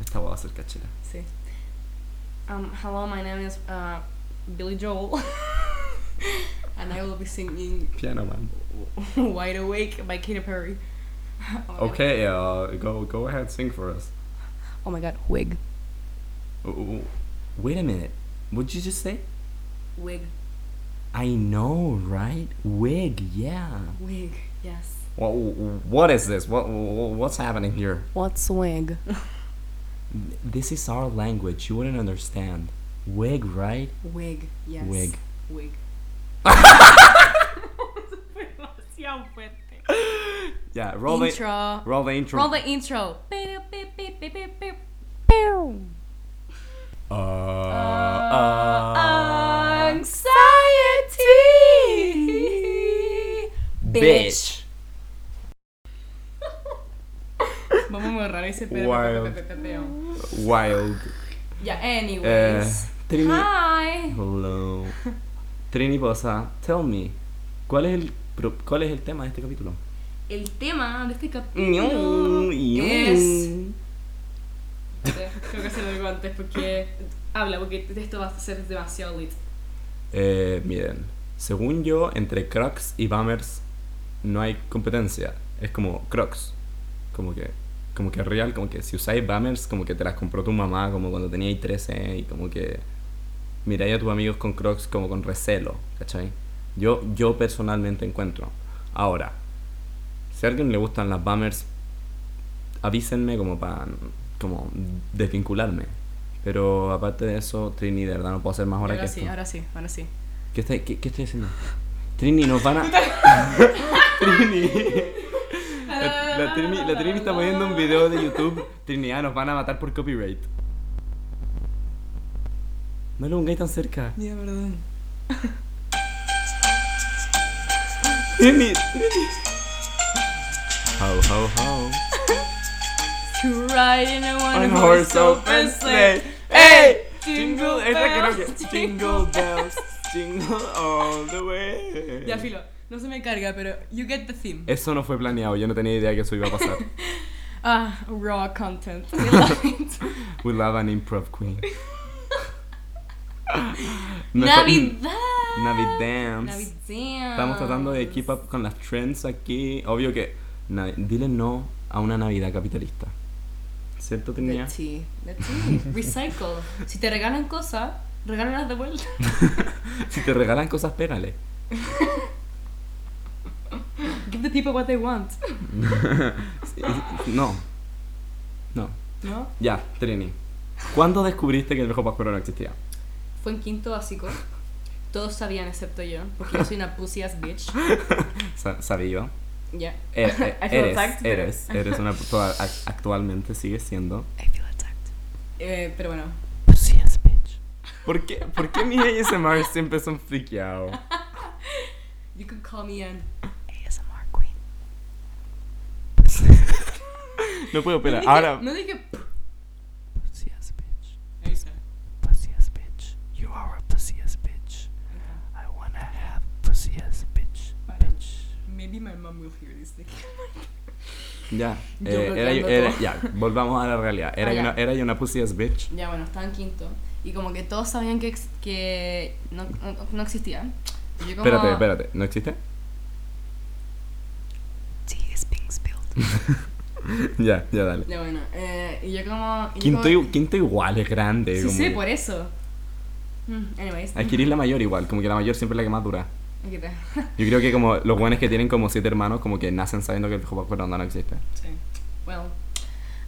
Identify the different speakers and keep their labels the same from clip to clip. Speaker 1: esta va a ser cachera.
Speaker 2: Sí. Um, hello, my name is uh, Billy Joel, and I will be singing
Speaker 1: Piano Man.
Speaker 2: "Wide Awake" by Katy Perry. Oh my God.
Speaker 1: Okay, uh, go go ahead, sing for us.
Speaker 2: Oh my God, wig,
Speaker 1: Oh, oh, oh. Wait a minute. What'd you just say?
Speaker 2: wig,
Speaker 1: I know, right? Wig, yeah.
Speaker 2: wig. Yes.
Speaker 1: What what is this? What what's happening here?
Speaker 2: What's wig?
Speaker 1: This is our language. You wouldn't understand. Wig, right?
Speaker 2: Wig. Yes.
Speaker 1: Wig.
Speaker 2: Wig. Fue demasiado fuerte.
Speaker 1: Yeah, roll the
Speaker 2: intro.
Speaker 1: roll the intro.
Speaker 2: Roll the intro. Pew, pew, pew, pew, pew, pew, pew.
Speaker 1: uh,
Speaker 2: Uh,
Speaker 1: uh,
Speaker 2: anxiety.
Speaker 1: bitch.
Speaker 2: Vamos a borrar ese pedo.
Speaker 1: Wild.
Speaker 2: pe- pe- pe- peo.
Speaker 1: Wild.
Speaker 2: Ya,
Speaker 1: Uh,
Speaker 2: anyways.
Speaker 1: Trini.
Speaker 2: Hi.
Speaker 1: Hello. Trini Bosa, tell me, ¿cuál es el pro- cuál es el tema de este capítulo?
Speaker 2: El tema de este capítulo
Speaker 1: No,
Speaker 2: es. Tengo que hacerlo algo antes porque. Habla, porque esto va a ser demasiado lit.
Speaker 1: Eh, miren, según yo, entre Crocs y Bummers no hay competencia. Es como Crocs. Como que, como que real, como que si usáis Bummers, como que te las compró tu mamá, como cuando teníais 13, y como que miráis a tus amigos con Crocs como con recelo, ¿cachai? Yo, yo personalmente encuentro. Ahora, si a alguien le gustan las Bummers, avísenme como para como desvincularme. Pero aparte de eso, Trini, de verdad no puedo hacer más hora
Speaker 2: ahora
Speaker 1: que
Speaker 2: sí,
Speaker 1: esto.
Speaker 2: ahora sí, ahora sí.
Speaker 1: ¿Qué, está- qué- qué estoy haciendo? Trini, nos van a. Trini. La, la Trini. la Trini está poniendo un video de YouTube. Trini, ah, nos van a matar por copyright. No lo pongáis tan cerca.
Speaker 2: Ya, perdón.
Speaker 1: Trini, Trini. How, how, how.
Speaker 2: To ride in a one
Speaker 1: On
Speaker 2: horse
Speaker 1: horse open
Speaker 2: open
Speaker 1: sleigh.
Speaker 2: sleigh.
Speaker 1: ¡Ey!
Speaker 2: Jingle
Speaker 1: Jingle. Esta creo
Speaker 2: bells,
Speaker 1: que.
Speaker 2: jingle
Speaker 1: Jingle bells. Jingle all the way.
Speaker 2: Ya, filo. No se me carga, pero you get the theme.
Speaker 1: Eso no fue planeado. Yo no tenía idea que eso iba a pasar.
Speaker 2: Ah, raw content. I love it.
Speaker 1: We love an improv queen. Nuestra-
Speaker 2: Navidad.
Speaker 1: Navidance.
Speaker 2: Navidad.
Speaker 1: Estamos tratando de keep up con las trends aquí. Obvio que. na- Dile no a una Navidad capitalista. ¿Cierto, Trinidad?
Speaker 2: Betty. Betty. Recycle. Si te regalan cosas, regálalas de vuelta.
Speaker 1: si te regalan cosas, pégale.
Speaker 2: Give the people what they want.
Speaker 1: No. No.
Speaker 2: ¿No?
Speaker 1: Ya, Trini. ¿Cuándo descubriste que el viejo Pascuero no existía?
Speaker 2: Fue en quinto básico. Todos sabían excepto yo, porque yo soy una pussy ass bitch.
Speaker 1: Sa- sabía.
Speaker 2: Ya.
Speaker 1: Er- er-
Speaker 2: I feel
Speaker 1: eres,
Speaker 2: attacked, pero-
Speaker 1: eres, eres una. toda- ac- Actualmente sigue siendo.
Speaker 2: I feel attacked. Eh, pero bueno.
Speaker 3: Pussy ass bitch.
Speaker 1: ¿Por qué, ¿Por qué mi ASMR siempre son friqueados?
Speaker 2: You can call me an.
Speaker 3: ASMR queen.
Speaker 1: No puedo,
Speaker 2: no
Speaker 1: pero
Speaker 2: dije,
Speaker 1: ahora.
Speaker 2: No dije.
Speaker 3: Pussy ass bitch.
Speaker 2: Ahí está.
Speaker 3: Pussy ass bitch. You are a pussy ass bitch. I wanna have pussy ass bitch.
Speaker 2: Para.
Speaker 3: Bitch.
Speaker 2: Maybe my mom will hear this. Like,
Speaker 1: Ya,
Speaker 2: Yo
Speaker 1: eh, era,
Speaker 2: bloqueando
Speaker 1: era-
Speaker 2: todo.
Speaker 1: ya, volvamos a la realidad. Era,
Speaker 2: Ah,
Speaker 1: yo
Speaker 2: ya.
Speaker 1: una, era yo una pussy ass bitch.
Speaker 2: Ya, bueno, estaba en quinto. Y como que todos sabían que, ex- que no, no, no existía. Y Yo como,
Speaker 1: Espérate, espérate, ¿no existe?
Speaker 3: Tea is being spilled.
Speaker 1: ya, ya, dale.
Speaker 2: Ya, bueno. eh, y yo como... y yo
Speaker 1: Quinto,
Speaker 2: como-
Speaker 1: i- quinto igual es grande.
Speaker 2: Sí,
Speaker 1: como
Speaker 2: sí,
Speaker 1: que-
Speaker 2: por eso. Mm, anyways.
Speaker 1: Adquirir la mayor igual, como que la mayor siempre es la que más dura.
Speaker 2: Aquí está.
Speaker 1: Yo creo que como los buenos que tienen como siete hermanos, como que nacen sabiendo que el viejo Pascuero no existe.
Speaker 2: Sí. Well.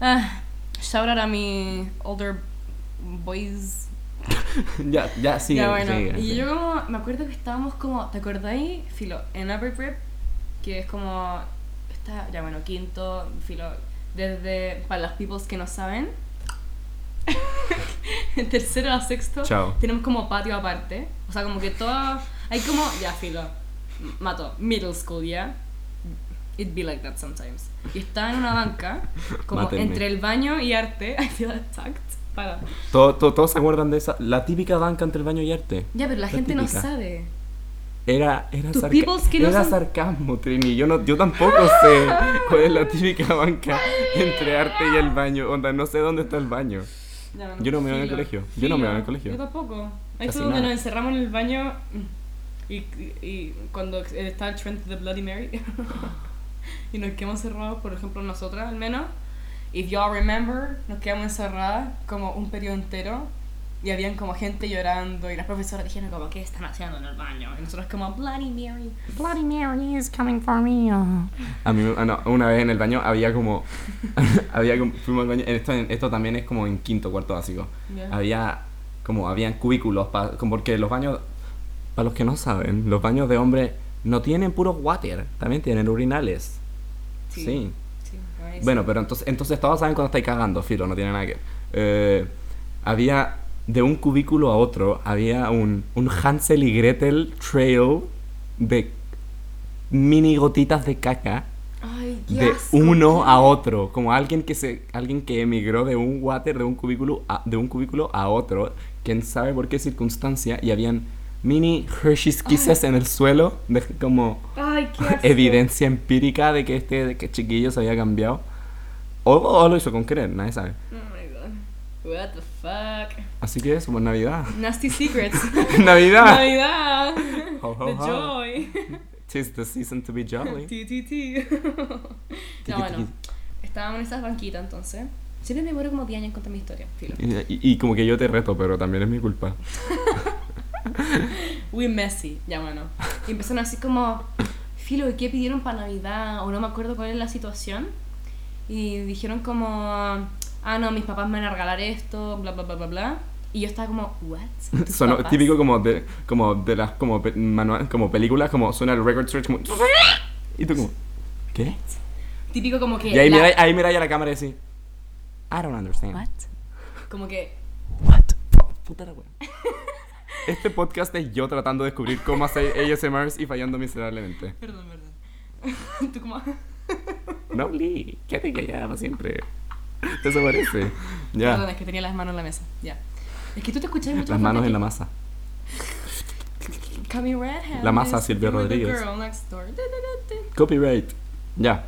Speaker 2: Ah, shout out a mi older boys.
Speaker 1: ya, ya, sí.
Speaker 2: ya, bueno. y yo como... Me acuerdo que estábamos como... ¿Te acordáis, Filo? En Upper Prep. Que es como... Está, ya, bueno, quinto, Filo. Desde... Para las peoples que no saben. en tercero a sexto.
Speaker 1: Chao.
Speaker 2: Tenemos como patio aparte. O sea, como que todo. Hay como. Ya, filo. M- Mato. Middle school, ya. It be like that sometimes. Y estaba en una banca, como
Speaker 1: Mátenme.
Speaker 2: entre el baño y arte. I feel attacked. Para.
Speaker 1: Todo- todo- todos se acuerdan de esa, la típica banca entre el baño y arte.
Speaker 2: Ya, pero la,
Speaker 1: La
Speaker 2: gente no
Speaker 1: típica.
Speaker 2: sabe.
Speaker 1: Era, era,
Speaker 2: Tus
Speaker 1: sarca-
Speaker 2: peoples que no
Speaker 1: era
Speaker 2: son-
Speaker 1: sarcasmo, Trini. Yo, no, yo tampoco sé cuál es la típica banca entre arte y el baño. Onda, no sé dónde está el baño.
Speaker 2: Ya, bueno,
Speaker 1: Yo no me veo en el
Speaker 2: filo,
Speaker 1: colegio. Yo no me veo en el
Speaker 2: filo.
Speaker 1: colegio.
Speaker 2: Yo tampoco. Ahí
Speaker 1: Casi
Speaker 2: fue donde
Speaker 1: nada.
Speaker 2: nos encerramos en el baño y, y cuando está el trend de Bloody Mary y nos quedamos encerrados, por ejemplo, nosotras al menos. If y'all remember, nos quedamos encerradas como un periodo entero y habían como gente llorando y las profesoras dijeron como, ¿qué están haciendo en el baño? Y nosotros como, Bloody Mary.
Speaker 4: Bloody Mary is coming for me. uh.
Speaker 1: A mí, ah, no, una vez en el baño había como. había como- fuimos al baño. Esto, esto también es como en quinto, cuarto básico.
Speaker 2: Ya.
Speaker 1: Había. Como habían cubículos. pa- como porque los baños. Para los que no saben, los baños de hombre no tienen puro water. También tienen urinales. Sí.
Speaker 2: Sí, ahí sí.
Speaker 1: Bueno, pero entonces, entonces todos saben cuando estáis cagando, filo, no tiene nada que ver. Eh, había. De un cubículo a otro había un, un Hansel y Gretel trail de mini gotitas de caca
Speaker 2: Ay, qué
Speaker 1: de
Speaker 2: asco,
Speaker 1: uno
Speaker 2: qué-
Speaker 1: a otro, como alguien que se alguien que emigró de un water de un cubículo a, de un cubículo a otro, quién sabe por qué circunstancia y habían mini Hershey's Kisses en el suelo, de- como
Speaker 2: Ay, qué asco.
Speaker 1: evidencia empírica de que este de que chiquillo se había cambiado. O, o lo hizo con querer, nadie sabe.
Speaker 2: Oh my god. What the fuck?
Speaker 1: Así que eso, pues Navidad.
Speaker 2: Nasty Secrets.
Speaker 1: Navidad.
Speaker 2: Navidad.
Speaker 1: Ho, ho,
Speaker 2: The
Speaker 1: ho.
Speaker 2: Joy.
Speaker 1: Tis the season to be jolly.
Speaker 2: TTT. No, bueno. Estábamos en esas banquitas entonces. Siempre me muero como 10 años en contar mi historia. Filo.
Speaker 1: Y, y- y como que yo te reto, pero también es mi culpa.
Speaker 2: We messy, ya bueno. Y empezaron así como, Filo, ¿qué pidieron para Navidad? O no me acuerdo cuál es la situación. Y dijeron como, ah, no, mis papás me van a regalar esto, bla, bla, bla, bla, bla. Y yo estaba como, what? ¿Tus
Speaker 1: Sonó
Speaker 2: papás?
Speaker 1: típico como de, como de las como, pe- manual- como películas, como suena el record search como... Y tú como... ¿Qué?
Speaker 2: Típico como que,
Speaker 1: Y ahí
Speaker 2: la-
Speaker 1: mira, ahí mira ya la cámara y así... I don't understand.
Speaker 4: What?
Speaker 2: como que
Speaker 4: What?
Speaker 1: Puta la wea. Este podcast es yo tratando de descubrir cómo hacer ASMRs y fallando miserablemente.
Speaker 2: Perdón, perdón. Tú como...
Speaker 1: No, Lee, quédate callada para siempre. Eso parece.
Speaker 2: Perdón,
Speaker 1: Ya.
Speaker 2: es que tenía las manos en la mesa. Ya. Es que tú te escuchas mucho.
Speaker 1: Las manos en la masa.
Speaker 2: Cami Redhead.
Speaker 1: La masa,
Speaker 2: is
Speaker 1: Silvio
Speaker 2: the
Speaker 1: Rodríguez.
Speaker 2: girl next door. Du, du, du, du.
Speaker 1: Copyright. Ya.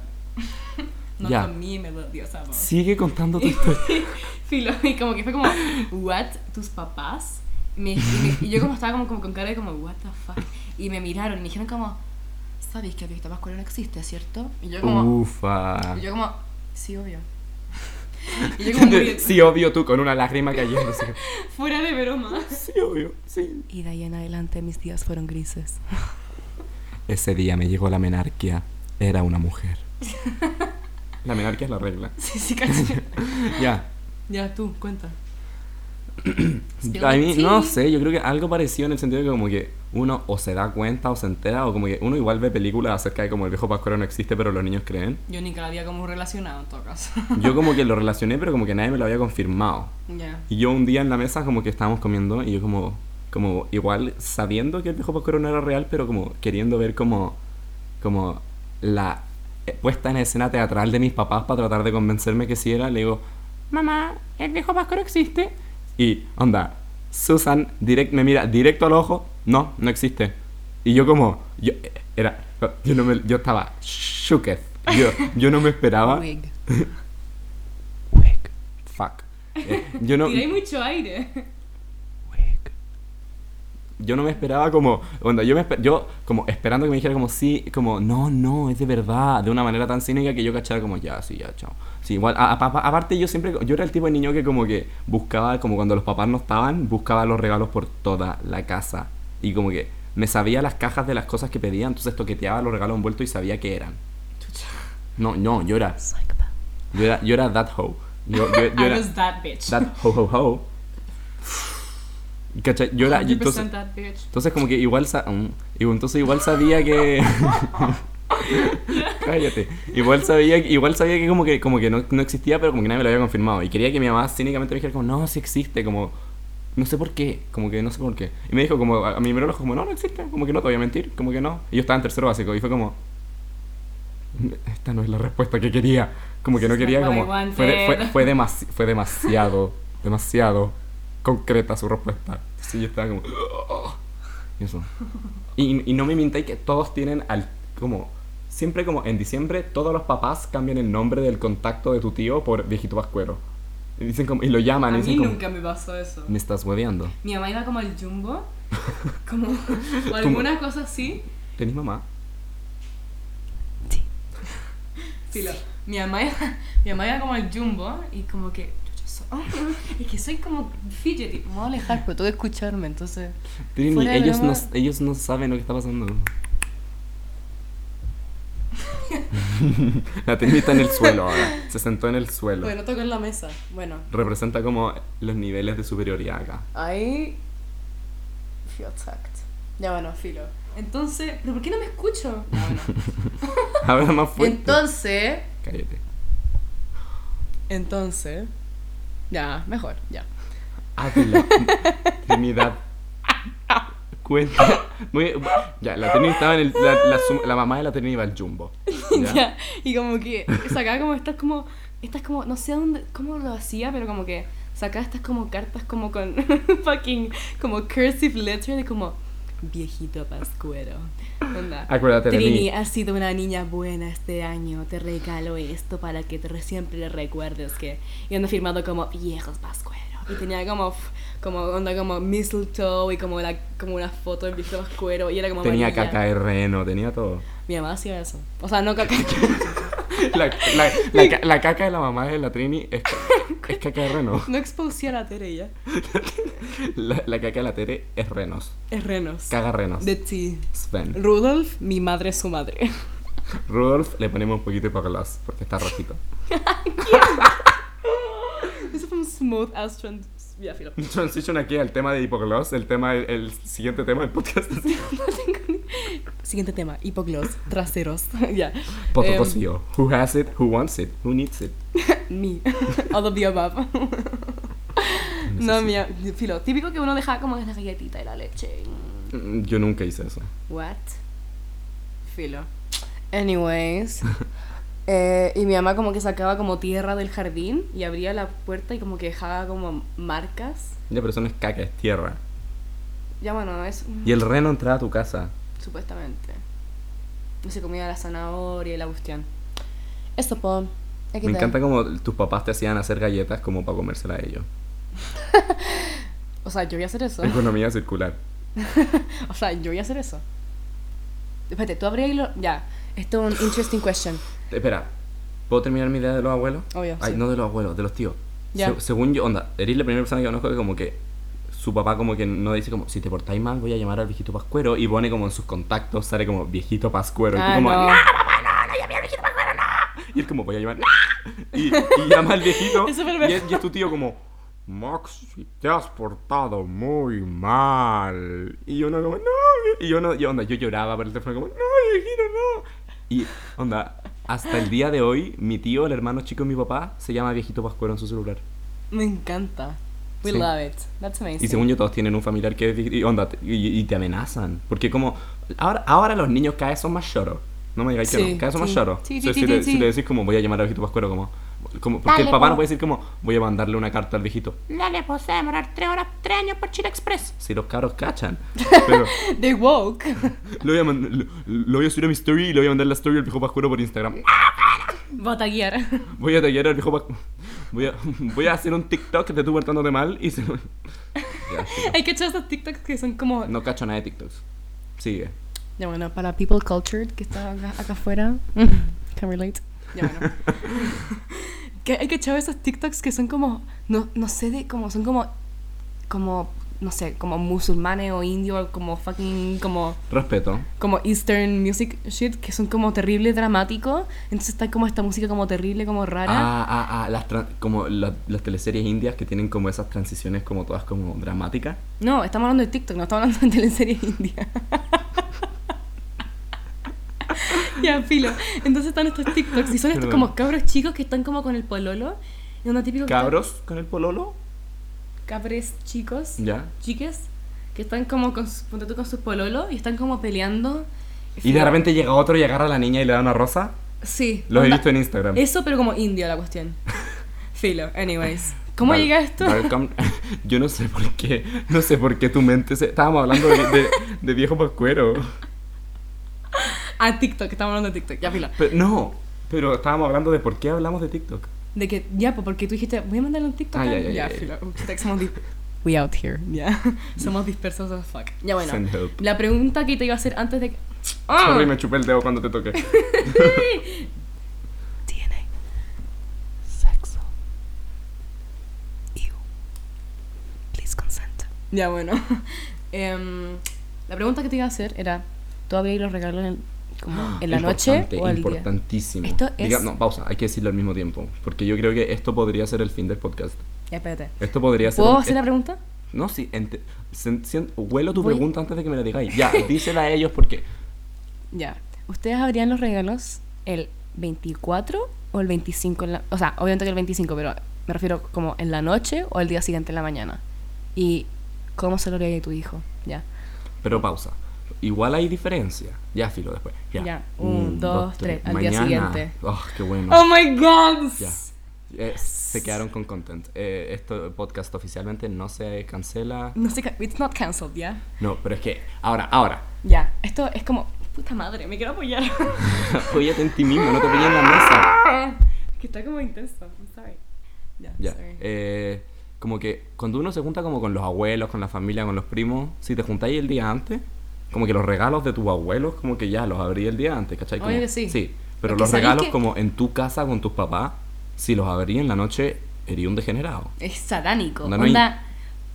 Speaker 2: No
Speaker 1: Ya.
Speaker 2: con mi melodiosa voz.
Speaker 1: Sigue contando tu historia.
Speaker 2: Filo, y como que fue como, ¿what? ¿Tus papás? Me- y, me- y yo como estaba como, como con cara de como, ¿what the fuck? Y me miraron y me dijeron como, ¿sabes que Víctor Pascual no existe, cierto? Y yo como,
Speaker 1: Ufa.
Speaker 2: y yo como, sí, obvio. Y yo como, muy-
Speaker 1: Sí, obvio tú, con una lágrima cayéndose.
Speaker 2: fuera de broma.
Speaker 1: Sí, obvio, sí.
Speaker 2: Y de ahí en adelante mis días fueron grises.
Speaker 1: Ese día me llegó la menarquía. Era una mujer. La menarquía es la regla.
Speaker 2: Sí, sí, caché.
Speaker 1: Ya.
Speaker 2: ya, tú, cuenta. Spill
Speaker 1: A
Speaker 2: the
Speaker 1: mí,
Speaker 2: tea.
Speaker 1: no sé, yo creo que algo parecido en el sentido de que como que uno o se da cuenta o se entera o como que uno igual ve películas acerca de como el viejo Pascuero no existe pero los niños creen.
Speaker 2: Yo ni cada día como relacionado en todo caso.
Speaker 1: Yo como que lo relacioné pero como que nadie me lo había confirmado.
Speaker 2: Ya.
Speaker 1: Y yo un día en la mesa como que estábamos comiendo y yo como, como igual sabiendo que el viejo Pascuero no era real, pero como queriendo ver como, como la eh, puesta en escena teatral de mis papás para tratar de convencerme que sí era, le digo, mamá, el viejo Pascuero existe. Y onda, Susan direct, me mira directo al ojo, no, no existe. Y yo como, yo, eh, era, yo, no me, yo estaba shooketh. Yo, yo no me esperaba.
Speaker 2: Wig.
Speaker 3: Wig,
Speaker 1: Fuck. Eh, yo no,
Speaker 2: Tiré mucho aire.
Speaker 3: wig.
Speaker 1: Yo no me esperaba como, onda, yo, me esper- yo como esperando que me dijera como sí, como no, no, es de verdad, de una manera tan cínica que yo cachara como ya, sí, ya, chao. Sí, igual, a- a- a- aparte yo siempre, yo era el tipo de niño que como que buscaba, como cuando los papás no estaban, buscaba los regalos por toda la casa. Y como que me sabía las cajas de las cosas que pedía, entonces toqueteaba los regalos envueltos y sabía qué eran. No, no, yo era,
Speaker 4: Psychopath.
Speaker 1: yo era, yo era that hoe. Yo, yo- yo
Speaker 2: I
Speaker 1: era
Speaker 2: was that bitch.
Speaker 1: that ho ho ho. ¿Cachai? Yo era, y
Speaker 2: 100%
Speaker 1: entonces,
Speaker 2: that bitch.
Speaker 1: entonces como que igual sa- mm, y entonces igual sabía que cállate igual sabía igual sabía que como que como que no, no existía pero como que nadie me lo había confirmado y quería que mi mamá cínicamente me dijera como no sí existe como no sé por qué como que no sé por qué y me dijo como a, a mi miró como no no existe como que no te voy a mentir como que no y yo estaba en tercero básico y fue como esta no es la respuesta que quería como que no
Speaker 2: This is
Speaker 1: quería
Speaker 2: not what
Speaker 1: como
Speaker 2: I wanted.
Speaker 1: fue, de- fue, fue, demasi- fue demasiado demasiado concreta su respuesta sí yo estaba como Eso. Y, y no me mintáis que todos tienen al. como. Siempre como en diciembre, todos los papás cambian el nombre del contacto de tu tío por viejito vascuero. Y, dicen como, y lo llaman
Speaker 2: a
Speaker 1: y
Speaker 2: mí
Speaker 1: dicen como,
Speaker 2: nunca me pasó eso.
Speaker 1: Me estás hueveando.
Speaker 2: Mi mamá iba como al jumbo, como, o alguna cosa así.
Speaker 1: ¿Tenés mamá?
Speaker 2: Filo. Mi mamá, iba, mi mamá iba como al jumbo y como que. yo soy- es que soy como fidgety. Me voy a alejar, pero tengo que escucharme, entonces.
Speaker 1: Trini,
Speaker 2: Fuera de
Speaker 1: ellos, no,
Speaker 2: broma.
Speaker 1: ellos no saben lo que está pasando. la Trini está en el suelo ahora. Se sentó en el suelo.
Speaker 2: Bueno, toco en la mesa. Bueno,
Speaker 1: Representa como los niveles de superioridad acá.
Speaker 2: ahí. Feel attacked. Ya bueno, filo. Entonces, ¿pero por qué no me escucho? Ah, bueno.
Speaker 1: Habla más fuerte.
Speaker 2: Entonces.
Speaker 1: Cállate.
Speaker 2: Entonces. Ya, mejor, ya.
Speaker 1: Hazla. Trinidad. Cuenta. Muy- ya, la Trini estaba en el. La, la sum- la mamá de la Trini iba al jumbo. Ya.
Speaker 2: Ya, Y como que sacaba como estas como estas como no sé dónde cómo lo hacía, pero como que sacaba estas como cartas como con fucking como cursive letter de como viejito pascuero. Onda.
Speaker 1: Acuérdate de mí.
Speaker 2: Trini, has sido una niña buena este año. Te regalo esto para que te, siempre recuerdes que. Y ando firmado como viejos pascuero. Y tenía como f- como onda como mistletoe y como la como una foto del viejito pascuero y era como
Speaker 1: Tenía
Speaker 2: amarilla.
Speaker 1: caca eh. de reno, tenía todo.
Speaker 2: Mi mamá hacía eso. O sea, no caca.
Speaker 1: La, la- la ca- la caca de la mamá de la Trini es, es caca de reno.
Speaker 2: No expulsé a la Tere ya.
Speaker 1: La, la caca de la Tere es renos.
Speaker 2: Es renos.
Speaker 1: Caga renos.
Speaker 2: De ti.
Speaker 1: Sven.
Speaker 2: Rudolf, mi madre es su madre.
Speaker 1: Rudolf le ponemos un poquito de hipocalas porque está rojito.
Speaker 2: Eso fue un smooth ass trend. Ya, filo.
Speaker 1: Transition aquí al tema de hipocalas. El tema, el, el siguiente tema del podcast es
Speaker 2: No tengo ni- Siguiente tema: hipogloss, traseros. ya.
Speaker 1: Poto
Speaker 2: Em,
Speaker 1: cocido. Who has it, who wants it, who needs it.
Speaker 2: Me. All of the above. no, mía. Filo. Típico que uno deja como la galletita y la leche.
Speaker 1: Mm, Yo nunca hice eso.
Speaker 2: What? Filo. Anyways. eh, y mi mamá como que sacaba como tierra del jardín y abría la puerta y como que dejaba como marcas.
Speaker 1: Ya, pero eso no es caca, es tierra.
Speaker 2: Ya bueno, es
Speaker 1: Y el reno entraba a tu casa.
Speaker 2: supuestamente. No se comía la zanahoria y la bustión. Esto po. Aquí
Speaker 1: Me
Speaker 2: te-
Speaker 1: encanta como tus papás te hacían hacer galletas como para comérsela a ellos.
Speaker 2: O sea, yo voy a hacer eso.
Speaker 1: Economía circular.
Speaker 2: o sea, yo voy a hacer eso. Espérate, tú abrías y lo... Ya. Esto es un interesting question.
Speaker 1: Espera, ¿puedo terminar mi idea de los abuelos?
Speaker 2: Obvio,
Speaker 1: Ay,
Speaker 2: sí.
Speaker 1: no de los abuelos, de los tíos.
Speaker 2: Ya.
Speaker 1: Se- según yo, onda, eres la primera persona que conozco que como que su papá como que no dice como, si te portáis mal voy a llamar al viejito Pascuero y pone como en sus contactos, sale como viejito Pascuero. y tú
Speaker 2: Ah,
Speaker 1: como,
Speaker 2: no.
Speaker 1: Y él como, voy a llamar. "No". Y, y llama al viejito.
Speaker 2: Es súper
Speaker 1: y, es, y es tu tío como, Max, te has portado muy mal. Y uno como, no. vie-". Y yo no, yo, onda, yo lloraba por el teléfono como, no, viejito, no. Y onda, hasta el día de hoy, mi tío, el hermano chico de mi papá, se llama viejito Pascuero en su celular.
Speaker 2: Me encanta. We
Speaker 1: Sí.
Speaker 2: love it. That's amazing.
Speaker 1: Y según yo, todos tienen un familiar que es vie- y onda, y, y te amenazan. Porque como, ahora, ahora los niños cada vez son más lloros. No me digáis que
Speaker 2: Sí,
Speaker 1: no, cada vez son más
Speaker 2: sí.
Speaker 1: lloros.
Speaker 2: Sí,
Speaker 1: O
Speaker 2: sí,
Speaker 1: sea,
Speaker 2: sí,
Speaker 1: si, le,
Speaker 2: sí,
Speaker 1: si le
Speaker 2: sí.
Speaker 1: decís como, voy a llamar al viejito Pascuero, como, como porque el
Speaker 4: Dale,
Speaker 1: papá no
Speaker 4: po.
Speaker 1: puede decir como, voy a mandarle una carta al viejito.
Speaker 4: Dale, pues se va a demorar tres horas, tres años por Chile Express.
Speaker 1: Si los caros cachan. Pero
Speaker 2: They woke.
Speaker 1: lo voy, a mand- lo, lo voy a subir a mi story y le voy a mandar la story al viejo Pascuero por Instagram.
Speaker 2: Bataguear.
Speaker 1: Voy a tallar al viejo Pascuero. Voy a, voy a hacer un TikTok de tú portándote mal y se lo... Ya, chico.
Speaker 2: Hay que echar esos TikToks que son como...
Speaker 1: No cacho nada de TikToks. Sigue.
Speaker 2: Ya bueno, para people cultured que está acá, acá afuera, can relate. Ya bueno. que hay que echar esos TikToks que son como, no, no sé, de como, son como, como, no sé, como musulmanes o indios, como fucking, como,
Speaker 1: Respeto.
Speaker 2: como eastern music shit, que son como terrible dramático. Entonces está como esta música como terrible, como rara.
Speaker 1: Ah, ah, ah, las tran- como la- las teleseries indias que tienen como esas transiciones como todas como dramáticas.
Speaker 2: No, estamos hablando de TikTok, no estamos hablando de teleseries india. ya, filo. Entonces están estos TikToks y son estos
Speaker 1: Perdón.
Speaker 2: como cabros chicos que están como con el pololo. Y onda típico que
Speaker 1: Cabros con el pololo.
Speaker 2: están- Cabres chicos.
Speaker 1: Ya.
Speaker 2: Chiques. Que están como con, sus- ponte tú con sus pololos y están como peleando.
Speaker 1: Y de repente llega otro y agarra a la niña y le da una rosa.
Speaker 2: Sí.
Speaker 1: Los he
Speaker 2: onda-
Speaker 1: visto en Instagram.
Speaker 2: Eso, pero como india la cuestión. filo, anyways. ¿Cómo
Speaker 1: Val-
Speaker 2: llega esto?
Speaker 1: Valcom- yo no sé por qué, no sé por qué tu mente se... Estábamos hablando de, de- de viejo pascuero.
Speaker 2: Ah, TikTok, estamos hablando de TikTok, ya pila.
Speaker 1: Pero, no, pero estábamos hablando de por qué hablamos de TikTok.
Speaker 2: De que, ya, pues porque tú dijiste, voy a mandarle un TikTok.
Speaker 1: Ah,
Speaker 2: a
Speaker 1: ya,
Speaker 2: alguien".
Speaker 1: ya, ya,
Speaker 2: filo. Hashtag somos dis- We out here, ya. somos dispersos as fuck. Ya bueno.
Speaker 1: Send help.
Speaker 2: La pregunta que te iba a hacer antes de que. ¡Ah!
Speaker 1: Sorry, me chupé el dedo cuando te toqué.
Speaker 3: DNA. Sexo. Ew. Please consent.
Speaker 2: Ya bueno. Em, la pregunta que te iba a hacer era: ¿todavía hay los regalos en, el- como en la noche
Speaker 1: Importante,
Speaker 2: o al día?
Speaker 1: importantísimo.
Speaker 2: Esto es-
Speaker 1: Diga- no, pausa, hay que decirlo al mismo tiempo. Porque yo creo que esto podría ser el fin del podcast.
Speaker 2: Ya, espérate.
Speaker 1: Esto podría ser.
Speaker 2: ¿Puedo
Speaker 1: un-
Speaker 2: hacer la pregunta?
Speaker 1: No, sí, ente- sen- sien- huelo tu
Speaker 2: Voy-
Speaker 1: pregunta antes de que me la digáis. Ya, dísela a ellos porque.
Speaker 2: Ya. ¿Ustedes abrían los regalos el 24 o el 25? en la- o sea, obviamente que el 25, pero me refiero como en la noche o el día siguiente en la mañana. ¿Y cómo se lo haría a tu hijo? Ya.
Speaker 1: Pero pausa. Igual hay diferencia. Ya, filo después. Ya. Mm,
Speaker 2: Ya, un, dos, tres, al día
Speaker 1: Mañana.
Speaker 2: siguiente.
Speaker 1: Oh, qué bueno.
Speaker 2: my god!
Speaker 1: Ya. Eh, se quedaron con content. Eh, este podcast oficialmente no se cancela.
Speaker 2: No sé, ca- it's not cancelled, ¿ya?
Speaker 1: No, pero es que ahora, ahora.
Speaker 2: Ya. Esto es como, puta madre, me quiero apoyar.
Speaker 1: Apóyate en ti mismo, no te pilles en la mesa.
Speaker 2: que está como intenso, I'm sorry. Ya,
Speaker 1: Ya.
Speaker 2: sorry.
Speaker 1: eh, como que cuando uno se junta como con los abuelos, con la familia, con los primos, si te juntáis el día antes, como que los regalos de tus abuelos, como que ya los abrí el día antes, ¿cachai? Como-
Speaker 2: Obvio que sí.
Speaker 1: pero
Speaker 2: Porque
Speaker 1: los
Speaker 2: sabéis
Speaker 1: regalos
Speaker 2: que-
Speaker 1: como en tu casa con tus papás, si los abrí en la noche, ería un degenerado.
Speaker 2: Es satánico.
Speaker 1: Onda,
Speaker 2: Onda,
Speaker 1: no hay-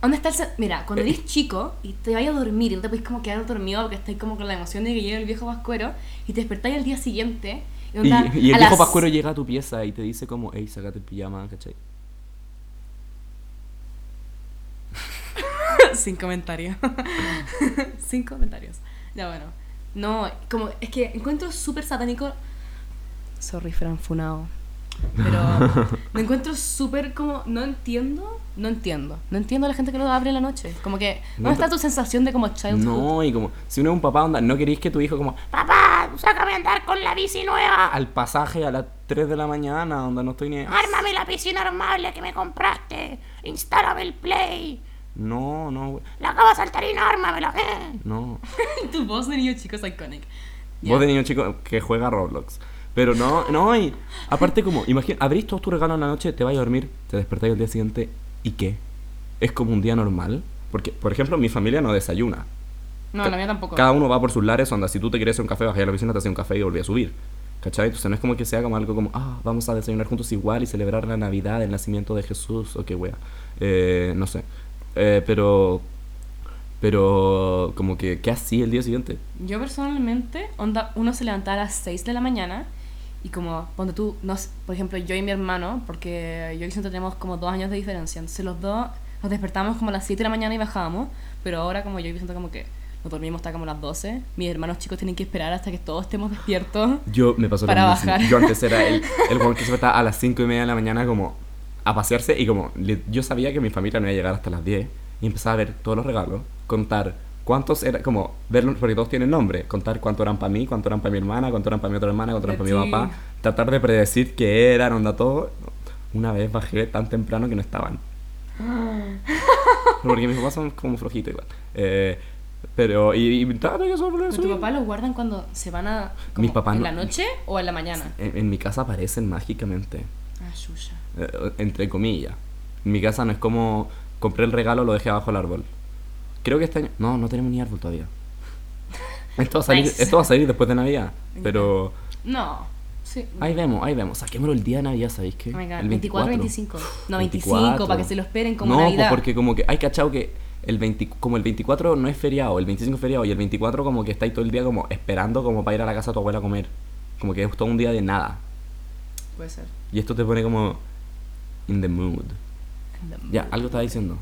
Speaker 2: onda está el sa- Mira, cuando
Speaker 1: Eh.
Speaker 2: eres chico y te vayas a dormir y no te podés como quedar dormido porque estás como con la emoción de que llega el viejo vascuero y te despertáis el día siguiente. Y,
Speaker 1: Y,
Speaker 2: onda,
Speaker 1: y el
Speaker 2: a
Speaker 1: viejo
Speaker 2: las-
Speaker 1: pascuero llega a tu pieza y te dice como, hey, sácate el pijama, ¿cachai?
Speaker 2: Sin comentarios. Sin comentarios. Ya bueno. No, como es que encuentro súper satánico. Sorry, Fran Funao. Pero me encuentro súper como. No entiendo. No entiendo. No entiendo a la gente que lo abre en la noche. Como que.
Speaker 1: No
Speaker 2: ¿Dónde está
Speaker 1: ent-
Speaker 2: tu sensación de como childhood?
Speaker 1: No, y como, si uno es un papá, onda, no queréis que tu hijo como, "Ah,
Speaker 4: Papá, sácame a andar con la bici nueva.
Speaker 1: al pasaje a las 3 de la mañana, onda, no estoy ni...
Speaker 4: Ármame la piscina armable que me compraste. Instálame el play.
Speaker 1: No, no, güey,
Speaker 4: La cama saltarina, ármamela. eh.
Speaker 1: no.
Speaker 2: Tu voz de niño chico es iconic. Ya.
Speaker 1: Vos de niño chico que juega Roblox. Pero no, no, y aparte como, imagina, abrís todos tus regalos en la noche, te vas a dormir, te despertáis el día siguiente, ¿y qué? ¿Es como un día normal? Porque, por ejemplo, mi familia no desayuna.
Speaker 2: No, la mía tampoco.
Speaker 1: Cada uno va por sus lares, onda, si tú te quieres hacer un café, bajé a la piscina, te hacía un café y volví a subir. ¿Cachai? Entonces no es como que sea como algo como, ah, vamos a desayunar juntos igual y celebrar la Navidad, el nacimiento de Jesús, o qué wea. Eh, no sé. Eh, pero, pero, como que, ¿qué así el día siguiente?
Speaker 2: Yo personalmente, onda, uno se levantaba a las 6 de la mañana y como, ponte tú, no sé, por ejemplo, yo y mi hermano, porque yo y Vicente tenemos como dos años de diferencia, entonces los dos nos despertábamos como a las 7 de la mañana y bajábamos, pero ahora como yo y Vicente como que nos dormimos hasta como las 12, mis hermanos chicos tienen que esperar hasta que todos estemos despiertos.
Speaker 1: Yo me pasó
Speaker 2: Para
Speaker 1: lo mismo.
Speaker 2: bajar.
Speaker 1: Yo antes era el, el weón que se estaba a las 5 y media de la mañana como a pasearse y como le- yo sabía que mi familia no iba a llegar hasta las 10 y empezaba a ver todos los regalos, contar cuántos eran, como verlos porque todos tienen nombre, contar cuánto eran para mí, cuánto eran para mi hermana, cuánto eran para mi otra hermana, cuánto eran para mi
Speaker 2: Sí.
Speaker 1: papá, tratar de predecir qué eran, onda todo. Una vez bajé tan temprano que no estaban. Porque mis papás son como flojitos igual. Eh, pero, y, y estaba nervioso por
Speaker 2: ¿Pero
Speaker 1: eso.
Speaker 2: tu papá los guardan cuando se van a... como
Speaker 1: Mis papás
Speaker 2: ¿En
Speaker 1: no-
Speaker 2: la noche o en la mañana?
Speaker 1: En- en mi casa aparecen mágicamente.
Speaker 2: Ah, suya.
Speaker 1: eh, entre comillas. En mi casa no es como compré el regalo, lo dejé abajo del árbol. Creo que este año. No, no tenemos ni árbol todavía. Esto va a salir,
Speaker 2: Nice.
Speaker 1: esto va a salir después de Navidad. Pero
Speaker 2: No. Sí.
Speaker 1: ahí vemos, ahí vemos. Saquémoslo el día de Navidad, ¿sabéis qué?
Speaker 2: Oh my God,
Speaker 1: El
Speaker 2: 24, 25. No, 25,
Speaker 1: 24.
Speaker 2: para que se lo esperen como
Speaker 1: no, pues
Speaker 2: Navidad.
Speaker 1: porque como que hay cachado que el 20 como el 24 no es feriado, el 25 es feriado y el 24 como que estáis todo el día como esperando como para ir a la casa de tu abuela a comer. Como que es todo un día de nada.
Speaker 2: Puede ser.
Speaker 1: Y esto te pone como in the mood. Ya, algo estaba diciendo.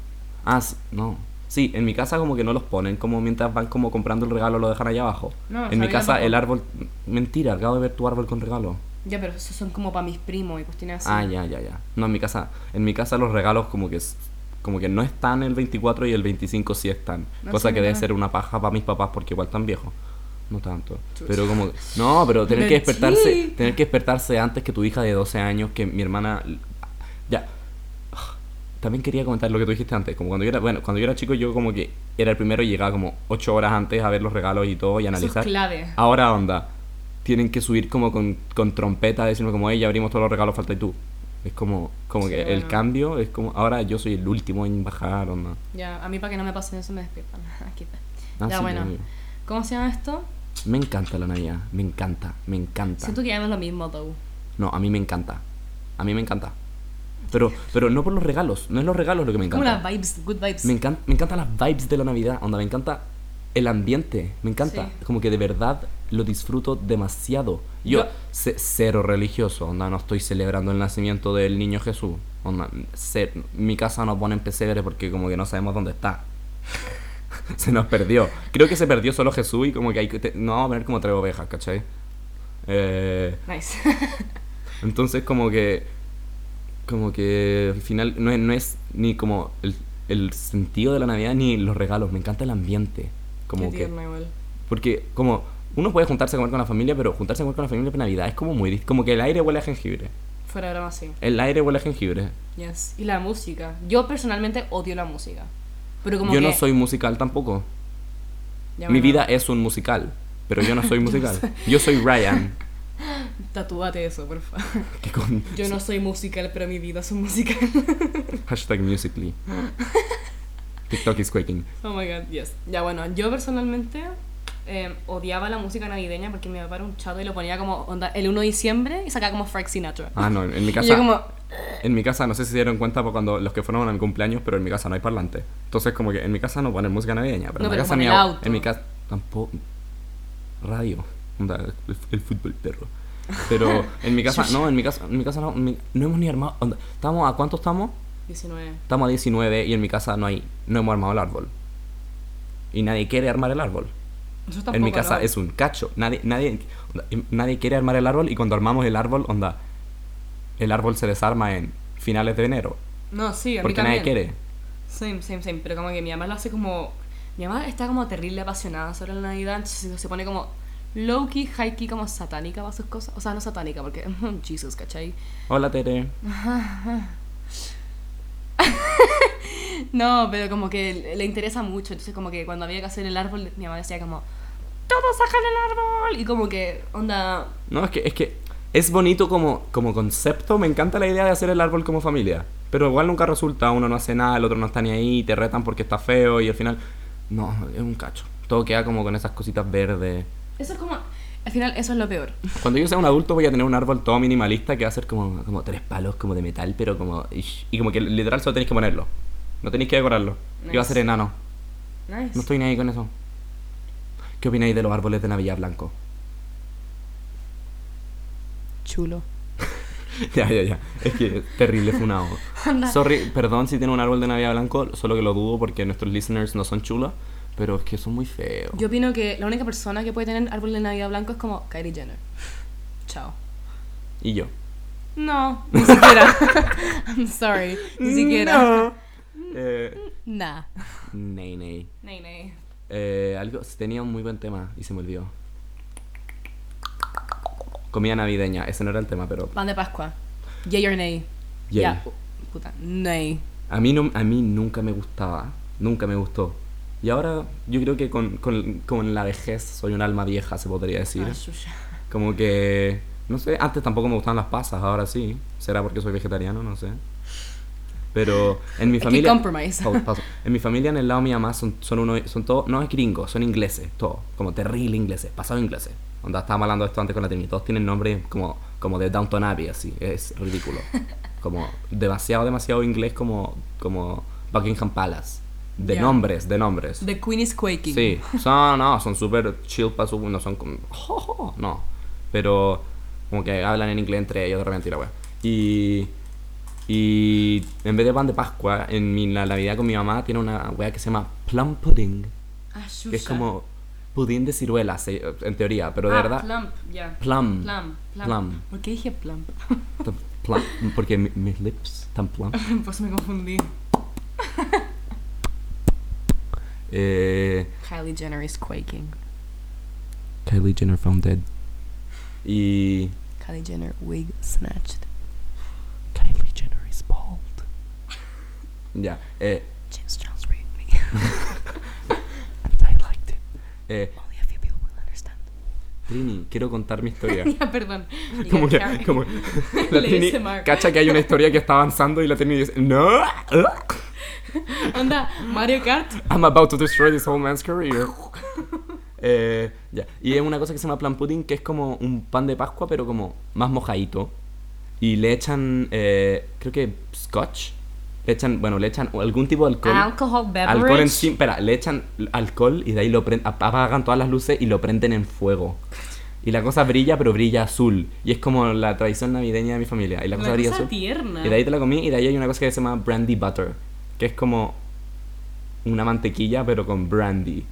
Speaker 1: Ah, sí, no. Sí, en mi casa como que no los ponen, como mientras van como comprando el regalo lo dejan allá abajo.
Speaker 2: No,
Speaker 1: en mi
Speaker 2: sabía
Speaker 1: casa
Speaker 2: tampoco.
Speaker 1: el árbol... Mentira, acabo de ver tu árbol con regalo.
Speaker 2: Ya, pero esos son como para mis primos y cuestiones así.
Speaker 1: Ah, ya, ya, ya. No, en mi casa, en mi casa los regalos como que s- como que no están el 24 y el 25 sí están.
Speaker 2: No,
Speaker 1: cosa
Speaker 2: sí,
Speaker 1: que debe
Speaker 2: no.
Speaker 1: ser una paja para mis papás porque igual están viejos. No tanto.
Speaker 2: Chucha.
Speaker 1: Pero como no, pero tener que
Speaker 2: Pero
Speaker 1: despertarse,
Speaker 2: sí.
Speaker 1: tener que despertarse antes que tu hija de 12 años, que mi hermana ya. también quería comentar lo que tú dijiste antes. Como cuando yo era, bueno, cuando yo era chico, yo como que era el primero y llegaba como 8 horas antes a ver los regalos y todo y
Speaker 2: Eso es
Speaker 1: analizar. Ah.
Speaker 2: clave.
Speaker 1: Ahora onda, tienen que subir como con, con trompeta, decirme como, hey, ya abrimos todos los regalos, falta y tú. Es como, como
Speaker 2: Sí,
Speaker 1: que el
Speaker 2: bueno.
Speaker 1: cambio es como, ahora yo soy el último en bajar, onda.
Speaker 2: Ya, a mí para que no me pasen eso me despiertan. Aquí está.
Speaker 1: Ah,
Speaker 2: ya,
Speaker 1: sí,
Speaker 2: bueno.
Speaker 1: obvio.
Speaker 2: ¿Cómo se llama esto?
Speaker 1: Me encanta la Navidad, me encanta, me encanta.
Speaker 2: Siento que ya no es lo mismo, though.
Speaker 1: No, a mí me encanta. A mí me encanta. Pero, pero no por los regalos, no es los regalos lo que me
Speaker 2: Como
Speaker 1: encanta.
Speaker 2: las vibes, good vibes.
Speaker 1: Me, encan- me encantan las vibes de la Navidad, onda, me encanta el ambiente, me encanta.
Speaker 2: Sí.
Speaker 1: Como que de verdad lo disfruto demasiado. Yo,
Speaker 2: Yo-
Speaker 1: ce- cero religioso, onda, no estoy celebrando el nacimiento del niño Jesús. Onda, ce- mi casa no ponen pesebres porque como que no sabemos dónde está. se nos perdió. Creo que se perdió solo Jesús y como que hay que... te- no vamos a poner como tres ovejas, ¿cachai? Eh,
Speaker 2: Nice.
Speaker 1: entonces como que... Como que al final no es, no es ni como el, el sentido de la Navidad ni los regalos. Me encanta el ambiente. Como
Speaker 2: Qué
Speaker 1: que...
Speaker 2: tierno igual.
Speaker 1: Porque como uno puede juntarse a comer con la familia, pero juntarse a comer con la familia para Navidad es como muy... dist- Como que el aire huele a jengibre.
Speaker 2: Fuera de broma, sí.
Speaker 1: El aire huele a jengibre.
Speaker 2: Yes. Y la música. Yo personalmente odio la música. Pero como
Speaker 1: Yo
Speaker 2: que-
Speaker 1: no soy musical tampoco.
Speaker 2: Ya,
Speaker 1: Mi
Speaker 2: bueno,
Speaker 1: vida es un musical, pero yo no soy musical. Yo soy Ryan.
Speaker 2: Tatúate eso, por favor.
Speaker 1: Que con...
Speaker 2: Yo no soy musical, pero mi vida es un musical.
Speaker 1: Hashtag musically. TikTok is quaking.
Speaker 2: Oh my god, yes. Ya bueno, yo personalmente eh, odiaba la música navideña porque mi papá era un chato y lo ponía como onda el 1 de diciembre y sacaba como Frank Sinatra.
Speaker 1: Ah, no, en mi
Speaker 2: y
Speaker 1: casa...
Speaker 2: yo como,
Speaker 1: En mi casa, no sé si se dieron cuenta por cuando los que fueron a mi cumpleaños, pero en mi casa no hay parlante. Entonces, como que en mi casa no ponen música navideña, pero
Speaker 2: No,
Speaker 1: en mi
Speaker 2: pero
Speaker 1: casa
Speaker 2: ponen
Speaker 1: mi
Speaker 2: el
Speaker 1: abue-
Speaker 2: auto.
Speaker 1: En mi casa tampoco. Radio. Onda, el, el fútbol perro. Pero en mi casa, no, en mi casa, en mi casa no, en mi- no hemos ni armado. onda, ¿estamos, ¿A cuánto estamos?
Speaker 2: 19.
Speaker 1: Estamos a 19 y en mi casa no hay, no hemos armado el árbol. Y nadie quiere armar el árbol.
Speaker 2: Eso tampoco,
Speaker 1: En mi casa
Speaker 2: ¿no?
Speaker 1: es un cacho. Nadie, nadie, onda, y nadie quiere armar el árbol y cuando armamos el árbol, onda, el árbol se desarma en finales de enero.
Speaker 2: No, sí, a mí
Speaker 1: Porque
Speaker 2: también.
Speaker 1: nadie quiere.
Speaker 2: Same, same, same. Pero como que mi mamá lo hace como. Mi mamá está como terrible apasionada sobre la Navidad, entonces se pone como low-key, high-key, como satánica para sus cosas. O sea, no satánica, porque. Jesus, ¿cachai?
Speaker 1: Hola, Tere.
Speaker 2: No, pero como que le- le interesa mucho. Entonces, como que cuando había que hacer el árbol, mi mamá decía como. ¡Todos sacan el árbol! Y como que, onda.
Speaker 1: No, es que es, que es bonito como, como concepto. Me encanta la idea de hacer el árbol como familia. Pero igual nunca resulta. Uno no hace nada, el otro no está ni ahí, te retan porque está feo y al final. No, es un cacho. Todo queda como con esas cositas verdes.
Speaker 2: Eso es como. Al final, eso es lo peor.
Speaker 1: Cuando yo sea un adulto voy a tener un árbol todo minimalista que va a ser como, como tres palos como de metal, pero como... ish. Y como que literal solo tenéis que ponerlo. No tenéis que decorarlo. Y va a ser
Speaker 2: Nice.
Speaker 1: enano.
Speaker 2: Nice.
Speaker 1: No estoy ni ahí con eso. ¿Qué opináis de los árboles de Navidad blanco?
Speaker 2: chulo.
Speaker 1: Ya, ya, ya. Es que es terrible funado. Sorry, perdón si tiene un árbol de Navidad blanco, solo que lo dudo porque nuestros listeners no son chulos, pero es que son muy feos.
Speaker 2: Yo opino que la única persona que puede tener árbol de Navidad blanco es como Kylie Jenner. Chao.
Speaker 1: Y yo.
Speaker 2: No, ni siquiera. I'm sorry. Ni siquiera.
Speaker 1: Eh,
Speaker 2: Nah.
Speaker 1: ney, ney.
Speaker 2: Nay, nay.
Speaker 1: Eh, algo, tenía un muy buen tema y se me olvidó. Comida navideña, ese no era el tema, pero
Speaker 2: Pan de Pascua. Yay or nay.
Speaker 1: Yay.
Speaker 2: Ya. Puta. Nay.
Speaker 1: a mí, no, a mí nunca me gustaba, nunca me gustó. Y ahora yo creo que con, con- con la vejez soy un alma vieja, se podría decir.
Speaker 2: Ah, chucha.
Speaker 1: Como que, no sé, antes tampoco me gustaban las pasas, ahora sí. ¿Será porque soy vegetariano? No sé. Pero en mi
Speaker 2: que
Speaker 1: familia...
Speaker 2: compromise.
Speaker 1: Pausa, pausa. En mi familia, en el lado de mi mamá, son, son, uno, son todos, no es gringos, son ingleses, todos. Como terrible ingleses, pasado ingleses. Onda, estábamos hablando de esto antes con la Trini. Todos tienen nombres como, como de Downton Abbey, así. Es ridículo. Como demasiado, demasiado inglés como, como Buckingham Palace. De
Speaker 2: Ya.
Speaker 1: nombres, de nombres.
Speaker 2: The Queen is quaking.
Speaker 1: Sí, son, no, son súper chill para su... No son como... "Jo,
Speaker 2: Ah,
Speaker 1: jo", no, pero como que hablan en inglés entre ellos de repente y la wea. Y... Y en vez de pan de Pascua, en mi, la Navidad con mi mamá tiene una wea que se llama plum pudding,
Speaker 2: Ah, chucha.
Speaker 1: que es como pudín de ciruela, se- en teoría, pero de
Speaker 2: Ah,
Speaker 1: verdad...
Speaker 2: Plump, ya.
Speaker 1: Plum.
Speaker 2: Plum. Plum.
Speaker 1: Plum.
Speaker 2: ¿Por qué dije plump?
Speaker 1: Tan plum, porque mi- mis lips tan plump.
Speaker 2: pues me confundí.
Speaker 1: Eh,
Speaker 2: Kylie Jenner is quaking.
Speaker 1: Kylie Jenner found dead. Y...
Speaker 2: Kylie Jenner wig snatched.
Speaker 3: Kylie Jenner is bald.
Speaker 1: Ya. Eh,
Speaker 3: James Charles read me. and I liked it.
Speaker 1: eh,
Speaker 3: Only a few people will understand.
Speaker 1: Trini, quiero contar mi historia.
Speaker 2: Ya, perdón.
Speaker 1: Como que,
Speaker 2: Ya, ya.
Speaker 1: como la
Speaker 2: Le
Speaker 1: Trini
Speaker 2: dice Mark.
Speaker 1: cacha que hay una historia que está avanzando y la Trini dice, no, ah,
Speaker 2: Anda, Mario Kart.
Speaker 1: I'm about to destroy this whole man's career. Eh, ya. Y es una cosa que se llama plan pudding, que es como un pan de Pascua, pero como más mojadito. Y le echan, eh, creo que scotch. Le echan, bueno, le echan algún tipo de alcohol.
Speaker 2: Alcohol beverage.
Speaker 1: Alcohol encima, espera, le echan alcohol y de ahí lo pren- ap- apagan todas las luces y lo prenden en fuego. Y la cosa brilla, pero brilla azul. Y es como la tradición navideña de mi familia. Y la
Speaker 2: Una
Speaker 1: cosa brilla
Speaker 2: cosa
Speaker 1: azul.
Speaker 2: tierna.
Speaker 1: Y de ahí te la comí y de ahí hay una cosa que se llama brandy butter, que es como una mantequilla pero con brandy.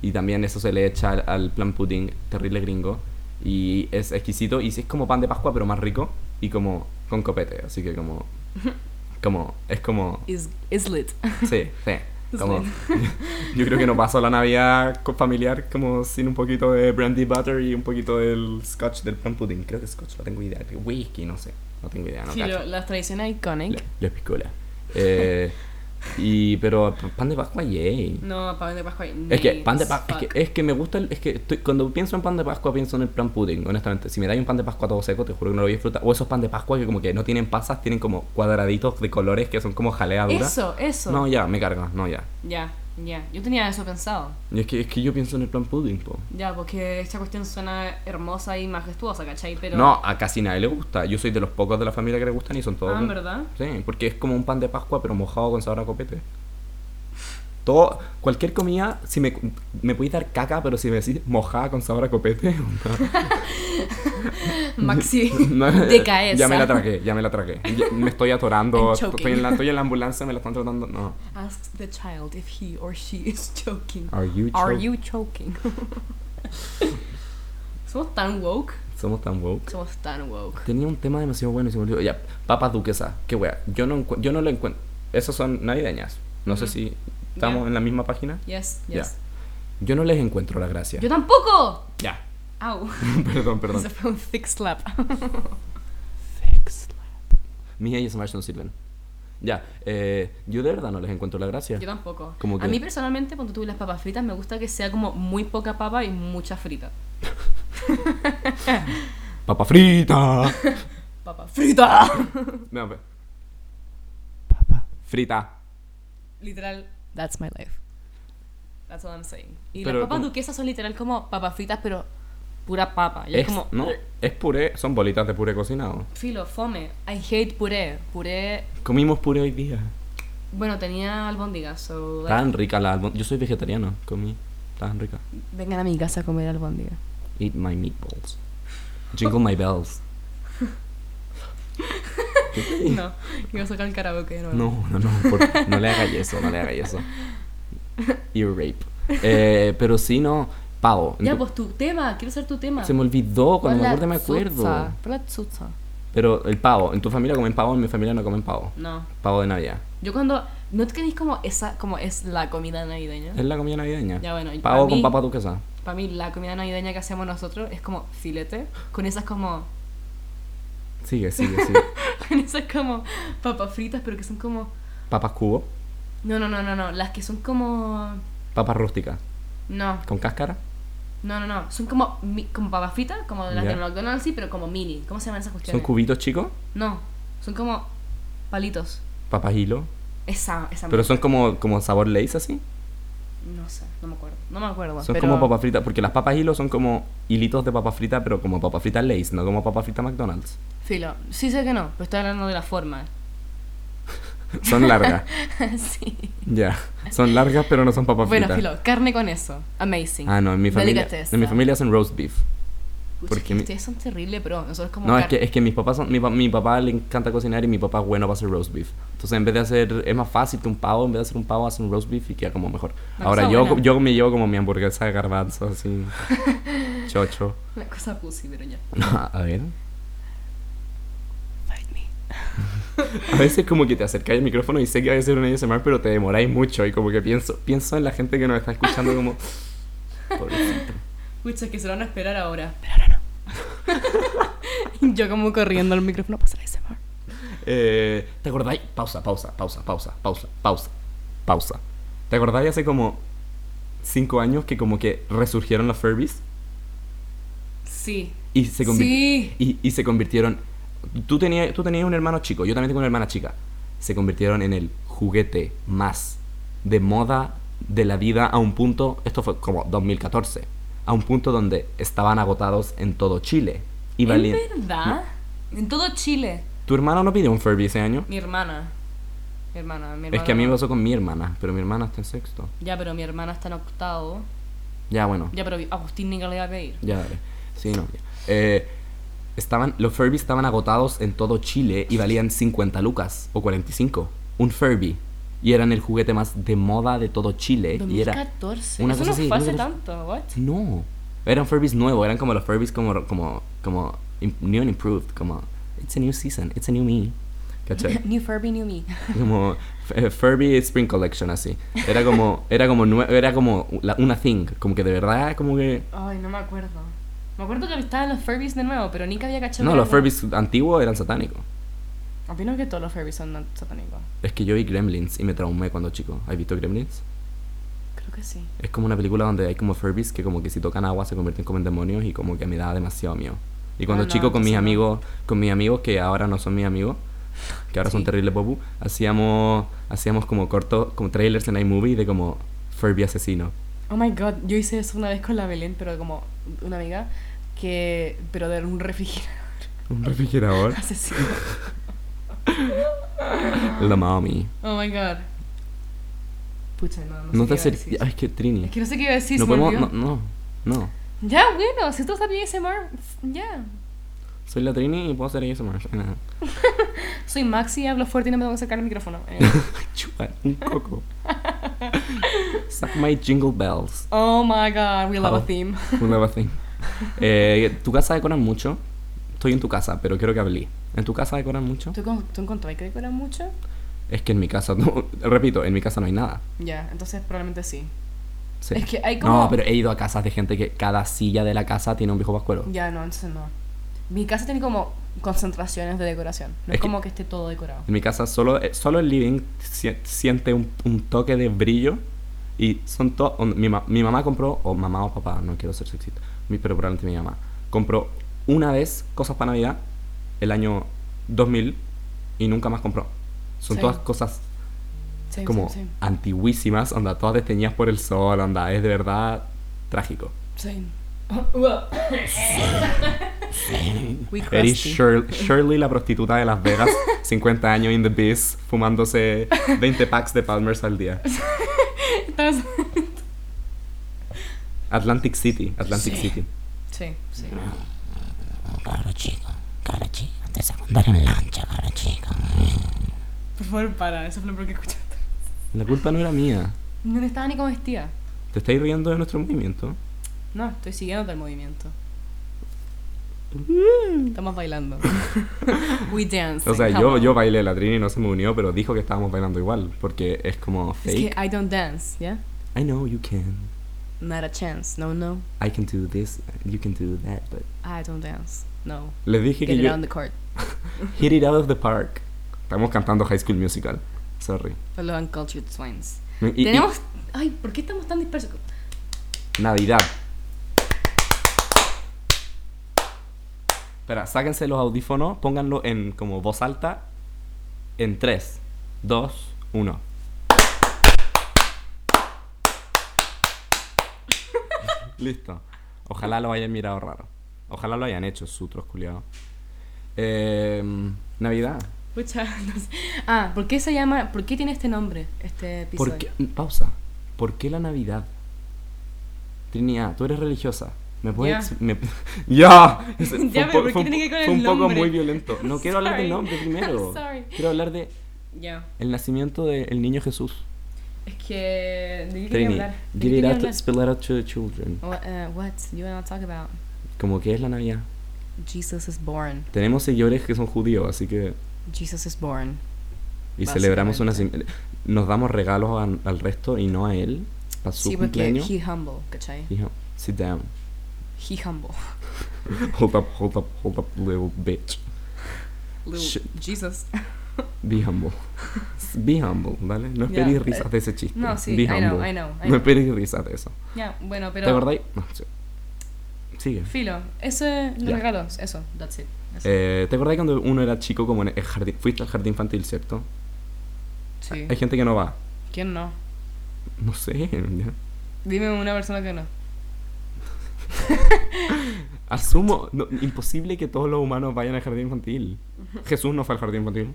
Speaker 1: Y también eso se le echa al, al plan pudding, terrible gringo. Y es exquisito y sí es como pan de Pascua pero más rico y como con copete, así que como... Como, es como...
Speaker 2: Is, is lit.
Speaker 1: Sí, sí.
Speaker 2: Es
Speaker 1: Como,
Speaker 2: lindo.
Speaker 1: yo creo que no paso la Navidad co- familiar como sin un poquito de brandy butter y un poquito del scotch del pan pudding. Creo que scotch, no tengo idea. Whisky, no sé. No tengo idea, no
Speaker 2: sí,
Speaker 1: cacho.
Speaker 2: lo- las tradiciones iconic.
Speaker 1: La, la piscola. Eh, y, pero p- pan de Pascua, yay.
Speaker 2: No, pan de Pascua.
Speaker 1: Es que pan de Pascua, es que, es que me gusta, el- es que estoy- cuando pienso en pan de Pascua pienso en el plan pudding, honestamente. Si me dais un pan de Pascua todo seco, te juro que no lo voy a disfrutar. O esos pan de Pascua que como que no tienen pasas, tienen como cuadraditos de colores que son como jalea dura.
Speaker 2: Eso, eso.
Speaker 1: No, ya, me carga, no, ya.
Speaker 2: Ya, ya. Yo tenía eso pensado.
Speaker 1: Y es que, es que yo pienso en el plan pudding, po.
Speaker 2: Ya, porque esta cuestión suena hermosa y majestuosa, ¿cachai? Pero.
Speaker 1: No, a casi nadie le gusta. Yo soy de los pocos de la familia que le gustan y son todos.
Speaker 2: Ah, ¿en verdad?
Speaker 1: Sí, porque es como un pan de Pascua, pero mojado con sabor a copete. Todo, cualquier comida, si me, me podéis dar caca, pero si me decís mojada con sabor a copete,
Speaker 2: Maxi,
Speaker 1: no,
Speaker 2: te caes.
Speaker 1: Ya me la tragué, ya me la tragué. Ya- me estoy atorando,
Speaker 2: I'm
Speaker 1: estoy
Speaker 2: choking.
Speaker 1: en, la, estoy en la ambulancia, me la están tratando. No.
Speaker 2: Ask the child if he or she is choking.
Speaker 1: Are you
Speaker 2: Are
Speaker 1: choke?
Speaker 2: you choking? Somos tan woke.
Speaker 1: Somos tan woke.
Speaker 2: Somos tan woke.
Speaker 1: Tenía un tema demasiado bueno y se me olvidó. Ya, papas duquesas, qué wea. Yo no, encu- yo no lo encuentro. Esas son navideñas. No sé si estamos
Speaker 2: Ya.
Speaker 1: en la misma página.
Speaker 2: Yes,
Speaker 1: Ya.
Speaker 2: yes.
Speaker 1: Yo no les encuentro la gracia.
Speaker 2: ¡Yo tampoco!
Speaker 1: Ya.
Speaker 2: Au.
Speaker 1: perdón, perdón.
Speaker 2: Ese fue un thick slap.
Speaker 3: Thick slap.
Speaker 1: Mis ASMRs no sirven. Ya, eh, yo de verdad no les encuentro la gracia.
Speaker 2: Yo tampoco.
Speaker 1: ¿Cómo
Speaker 2: A
Speaker 1: qué?
Speaker 2: mí personalmente, cuando tuve las papas fritas, me gusta que sea como muy poca papa y mucha frita.
Speaker 1: ¡Papa frita!
Speaker 2: Papa frita.
Speaker 1: no, pe-
Speaker 3: Papa.
Speaker 1: frita.
Speaker 2: literal,
Speaker 3: That's my life.
Speaker 2: that's all I'm saying. Y
Speaker 1: Pero,
Speaker 2: las papas
Speaker 1: ¿cómo?
Speaker 2: duquesas son literal como papas fritas, pero pura papa. Y es,
Speaker 1: Es,
Speaker 2: como,
Speaker 1: no, es puré, son bolitas de puré cocinado.
Speaker 2: filo, fome. I hate puré. Puré.
Speaker 1: Comimos puré hoy día.
Speaker 2: Bueno, tenía albóndigas, so. like,
Speaker 1: Tan rica la albon- Yo soy vegetariano, comí. Tan rica.
Speaker 2: Vengan a mi casa a comer albóndigas.
Speaker 1: Eat my meatballs. Jingle my bells.
Speaker 2: no, iba a sacar el karaoke de nuevo.
Speaker 1: No, no, no, por- no le hagáis eso, no le hagáis eso. Ear rape. Eh, pero sí, no, pavo.
Speaker 2: Ya, pues tu tema, quiero ser tu tema.
Speaker 1: Se me olvidó, cuando me
Speaker 2: Hola,
Speaker 1: acuerdo me acuerdo.
Speaker 2: tsutsa. Hola, tsutsa.
Speaker 1: Pero el pavo, en tu familia comen pavo, en mi familia no comen pavo.
Speaker 2: No.
Speaker 1: Pavo de Navidad.
Speaker 2: Yo cuando. ¿No tenéis como esa como es la comida navideña?
Speaker 1: Es la comida navideña.
Speaker 2: Ya, bueno, y
Speaker 1: pavo
Speaker 2: pa'
Speaker 1: con
Speaker 2: mí-
Speaker 1: papa duquesa.
Speaker 2: Para mí la comida navideña que hacemos nosotros es como filete, con esas como
Speaker 1: Sigue, sigue, sigue.
Speaker 2: con esas como papas fritas, pero que son como
Speaker 1: Papas cubo,
Speaker 2: no, no, no, no, no, las que son como
Speaker 1: papas rústicas,
Speaker 2: no,
Speaker 1: con cáscara.
Speaker 2: no, no, no, son como mi- como papas fritas, como las
Speaker 1: Ya.
Speaker 2: de McDonald's, sí, pero como mini. ¿Cómo se llaman esas
Speaker 1: Son
Speaker 2: cuestiones?
Speaker 1: cubitos chicos,
Speaker 2: no, son como palitos.
Speaker 1: papas hilo.
Speaker 2: Esa, esa
Speaker 1: Pero son como, como sabor lace así.
Speaker 2: no sé, no me acuerdo. No me acuerdo,
Speaker 1: Son
Speaker 2: pero
Speaker 1: como papas fritas, porque las papas hilo son como hilitos de papas fritas, pero como papas fritas lace, no como papas fritas McDonald's.
Speaker 2: Filo, sí sé que no, pero estoy hablando de la forma.
Speaker 1: Son largas.
Speaker 2: sí.
Speaker 1: Ya, son largas pero no son papas
Speaker 2: Bueno,
Speaker 1: fritas.
Speaker 2: filo, carne con eso. Amazing.
Speaker 1: Ah, no, en mi familia,
Speaker 2: Delicateza.
Speaker 1: en mi familia hacen roast beef.
Speaker 2: Pucha,
Speaker 1: porque
Speaker 2: que
Speaker 1: mi-
Speaker 2: ustedes son terribles, pero nosotros como
Speaker 1: No, es
Speaker 2: carne.
Speaker 1: que, es que mis papás son, mi, pa- mi papá le encanta cocinar y mi papá es bueno para hacer roast beef. Entonces, en vez de hacer, es más fácil que un pavo, en vez de hacer un pavo, hace un roast beef y queda como mejor.
Speaker 2: Una
Speaker 1: Ahora,
Speaker 2: cosa
Speaker 1: yo,
Speaker 2: buena.
Speaker 1: yo me llevo como mi hamburguesa de garbanzo, así, chocho.
Speaker 2: Una cosa pussy, pero ya.
Speaker 1: a ver.
Speaker 3: Fight me.
Speaker 1: A veces como que te acercáis al micrófono y sé que va a ser un ASMR, pero te demoráis mucho y como que pienso, pienso en la gente que nos está escuchando como... Pobrecito.
Speaker 2: Pucha, que se lo van a esperar ahora.
Speaker 3: Pero ahora no.
Speaker 2: Yo como corriendo al micrófono.
Speaker 3: No pasa la SMR.
Speaker 1: Eh, ¿Te acordáis? Pausa, pausa, pausa, pausa, pausa, pausa, pausa. ¿Te acordáis hace como 5 años que como que resurgieron las Furbies?
Speaker 2: Sí.
Speaker 1: Y se, convir-
Speaker 2: Sí.
Speaker 1: y, y se convirtieron... Tú tenías, tú tenías un hermano chico, yo también tengo una hermana chica. Se convirtieron en el juguete más de moda de la vida a un punto, esto fue como 2014, a un punto donde estaban agotados en todo Chile. Y
Speaker 2: ¿Es
Speaker 1: valían-
Speaker 2: verdad? En todo Chile.
Speaker 1: ¿Tu hermano no pidió un Furby ese año?
Speaker 2: Mi hermana. Mi hermana, mi hermana.
Speaker 1: Es que a mí me pasó con mi hermana, pero mi hermana está en sexto.
Speaker 2: Ya, pero mi hermana está en octavo.
Speaker 1: Ya, bueno.
Speaker 2: Ya, pero Agustín nunca le iba a pedir.
Speaker 1: Ya, dale. Sí, no. ya. Eh, estaban, los Furby estaban agotados en todo Chile y valían 50 lucas o 45. Un Furby. Y eran el juguete más de moda de todo Chile. Eh, Y era.
Speaker 2: 2014.
Speaker 1: una
Speaker 2: Eso
Speaker 1: cosa
Speaker 2: no
Speaker 1: así,
Speaker 2: fue hace
Speaker 1: 2014.
Speaker 2: tanto, what?
Speaker 1: No. Eran Furbies nuevos, eran como los Furbies como. como, como im- new and improved. Como. It's a new season, it's a new me. ¿Cachai?
Speaker 2: New Furby, new me.
Speaker 1: como eh, Furby Spring Collection así. Era como era como nue- era como la- una thing, como que de verdad como que
Speaker 2: Ay, no me acuerdo. Me acuerdo que estaban los Furbies de nuevo, pero nunca había cachado.
Speaker 1: no,
Speaker 2: que
Speaker 1: los
Speaker 2: eran-
Speaker 1: Furbies antiguos eran satánicos.
Speaker 2: Opino que todos los Furbies son satánicos.
Speaker 1: Es que yo vi Gremlins y me traumé cuando chico. ¿Has visto Gremlins?
Speaker 2: Creo que sí.
Speaker 1: Es como una película donde hay como Furbies que como que si tocan agua se convierten como en demonios y como que me da demasiado miedo. Y cuando
Speaker 2: Ah, no,
Speaker 1: chico con mis
Speaker 2: entonces no.
Speaker 1: amigos, con mis amigos que ahora no son mis amigos, que ahora son
Speaker 2: Sí.
Speaker 1: terribles popu, hacíamos hacíamos como cortos, como trailers en iMovie de como Furby asesino.
Speaker 2: Oh my god, yo hice eso una vez con la Belén, pero como una amiga, que. pero de un refrigerador
Speaker 1: Un refrigerador.
Speaker 2: asesino.
Speaker 1: La mami.
Speaker 2: Oh my god. Pucha, no, no,
Speaker 1: No
Speaker 2: sé
Speaker 1: te
Speaker 2: qué
Speaker 1: acerques.
Speaker 2: iba a decir.
Speaker 1: Ay, es que Trini.
Speaker 2: Es que no sé qué iba a decir,
Speaker 1: no
Speaker 2: se me
Speaker 1: podemos. No,
Speaker 2: olvidó.
Speaker 1: no, no.
Speaker 2: Ya, bueno, si tú sabías ese mar, ya.
Speaker 1: Soy la Trini y puedo hacer eso más. Nada.
Speaker 2: Soy Maxi, hablo fuerte y no me tengo que acercar el micrófono. Eh,
Speaker 1: Chupa, un coco. Suck my jingle bells.
Speaker 2: Oh my god, we love
Speaker 1: Oh.
Speaker 2: a theme.
Speaker 1: Un nuevo thing. Eh, tu casa decoran mucho. Estoy en tu casa, pero quiero que hablé. ¿En tu casa decoran mucho?
Speaker 2: ¿Tú, con- tú encontrabas que decoran mucho?
Speaker 1: Es que en mi casa, no, repito, en mi casa no hay nada.
Speaker 2: Ya, entonces probablemente sí.
Speaker 1: Sí.
Speaker 2: Es que hay como-
Speaker 1: No, pero he ido a casas de gente que cada silla de la casa tiene un viejo pascuero.
Speaker 2: Ya, no, entonces no. Mi casa tiene como concentraciones de decoración. No es,
Speaker 1: Es que-
Speaker 2: como que esté todo decorado.
Speaker 1: En mi casa solo, eh, solo el living si- siente un, un toque de brillo y son todos... Mi, ma- mi mamá compró, o mamá o papá, no quiero ser sexista, mi- pero probablemente mi mamá, compró una vez cosas para Navidad el año 2000 y nunca más compró. Son
Speaker 2: Sí.
Speaker 1: todas cosas
Speaker 2: Sí,
Speaker 1: como
Speaker 2: sí,
Speaker 1: antiguísimas, onda, todas desteñidas por el sol, onda, es de verdad trágico.
Speaker 2: sí. sí. We
Speaker 1: Eres
Speaker 2: crusty.
Speaker 1: Shir- Shirley, la prostituta de Las Vegas, 50 años in the biz, fumándose 20 packs de Palmers al día.
Speaker 2: Estás-
Speaker 1: Atlantic City, Atlantic
Speaker 2: Sí.
Speaker 1: City.
Speaker 2: sí, sí.
Speaker 4: Cabro chico, cabro chico. Te secundaria en lancha, cabro chico.
Speaker 2: Por favor, para. Eso fue lo peor que escuchaste.
Speaker 1: La culpa no era mía.
Speaker 2: No estaba ni como vestida.
Speaker 1: ¿Te estáis riendo de nuestro movimiento?
Speaker 2: No, estoy siguiendo el movimiento. Estamos bailando. We dance.
Speaker 1: O sea,
Speaker 2: come
Speaker 1: yo,
Speaker 2: on.
Speaker 1: yo bailé la trini y no se me unió, pero dijo que estábamos bailando igual, porque es como
Speaker 2: Es
Speaker 1: fake.
Speaker 2: que I don't dance, ¿ya?
Speaker 1: I know you can.
Speaker 2: Not a chance. No, no.
Speaker 1: I can do this, you can do that, but...
Speaker 2: I don't dance. No.
Speaker 1: Les dije
Speaker 2: Get
Speaker 1: que
Speaker 2: it
Speaker 1: yo...
Speaker 2: on the court.
Speaker 1: Hit it out of the park. Estamos cantando High School Musical. Sorry.
Speaker 2: For the uncultured swines.
Speaker 1: Y- y-
Speaker 2: Tenemos. Ay, ¿por qué estamos tan dispersos?
Speaker 1: Navidad. Espera, sáquense los audífonos, pónganlo en como voz alta. En 3, 2, 1. Listo. Ojalá lo hayan mirado raro. Ojalá lo hayan hecho, sutros culiados. Em, Navidad.
Speaker 2: Pucha, no sé. Ah, ¿por qué se llama. ¿Por qué tiene este nombre? Este episodio.
Speaker 1: ¿Por qué, Mm, pausa. ¿Por qué la Navidad? Trinidad, tú eres religiosa. ¿Me puedes.?
Speaker 2: Ya.
Speaker 1: me- ¡Ya! Es-
Speaker 2: Ya,
Speaker 1: un
Speaker 2: pero
Speaker 1: po-
Speaker 2: ¿por qué
Speaker 1: un
Speaker 2: tiene que
Speaker 1: po- fue
Speaker 2: ver el
Speaker 1: un poco
Speaker 2: nombre?
Speaker 1: muy violento. No quiero hablar del
Speaker 2: Sorry.
Speaker 1: nombre primero.
Speaker 2: I'm sorry.
Speaker 1: Quiero hablar de
Speaker 2: Ya.
Speaker 1: el nacimiento del niño Jesús.
Speaker 2: Es que. ¿De qué quería
Speaker 1: Trini,
Speaker 2: hablar? ¿De
Speaker 1: get
Speaker 2: qué
Speaker 1: it
Speaker 2: quería
Speaker 1: out,
Speaker 2: hablar?
Speaker 1: spill it out to the children.
Speaker 2: What, uh, what you wanna talk about?
Speaker 1: Como que es la Navidad.
Speaker 2: Jesus is born.
Speaker 1: Tenemos seguidores que son judíos, así que.
Speaker 2: Jesus is born.
Speaker 1: Y celebramos una.
Speaker 2: Básicamente.
Speaker 1: sim- Nos damos regalos a- al resto y no a él. Para su
Speaker 2: sí, porque
Speaker 1: cumpleaños.
Speaker 2: he humble, ¿cachai?
Speaker 1: Hijo, sit down.
Speaker 2: He humble.
Speaker 1: Hold up, hold up, hold up, little bitch.
Speaker 2: Little
Speaker 1: Shit.
Speaker 2: Jesus.
Speaker 1: Be humble. Be humble, ¿vale? No
Speaker 2: Ya,
Speaker 1: esperéis
Speaker 2: eh,
Speaker 1: risas de ese chiste.
Speaker 2: no, sí,
Speaker 1: Be
Speaker 2: I know,
Speaker 1: humble.
Speaker 2: I know, I
Speaker 1: No
Speaker 2: know.
Speaker 1: esperéis risas de eso.
Speaker 2: Ya, bueno, pero.
Speaker 1: ¿Te acordáis? No, sí. Sigue.
Speaker 2: Filo, ese
Speaker 1: Ya.
Speaker 2: regalos, eso, that's it. Eso.
Speaker 1: Eh, ¿Te acordáis cuando uno era chico como en el jardín? Fuiste al jardín infantil, ¿cierto?
Speaker 2: sí.
Speaker 1: Hay gente que no va.
Speaker 2: ¿Quién no?
Speaker 1: No sé. ya.
Speaker 2: Dime una persona que no.
Speaker 1: Asumo, no, imposible que todos los humanos vayan al jardín infantil. Jesús no fue al jardín infantil.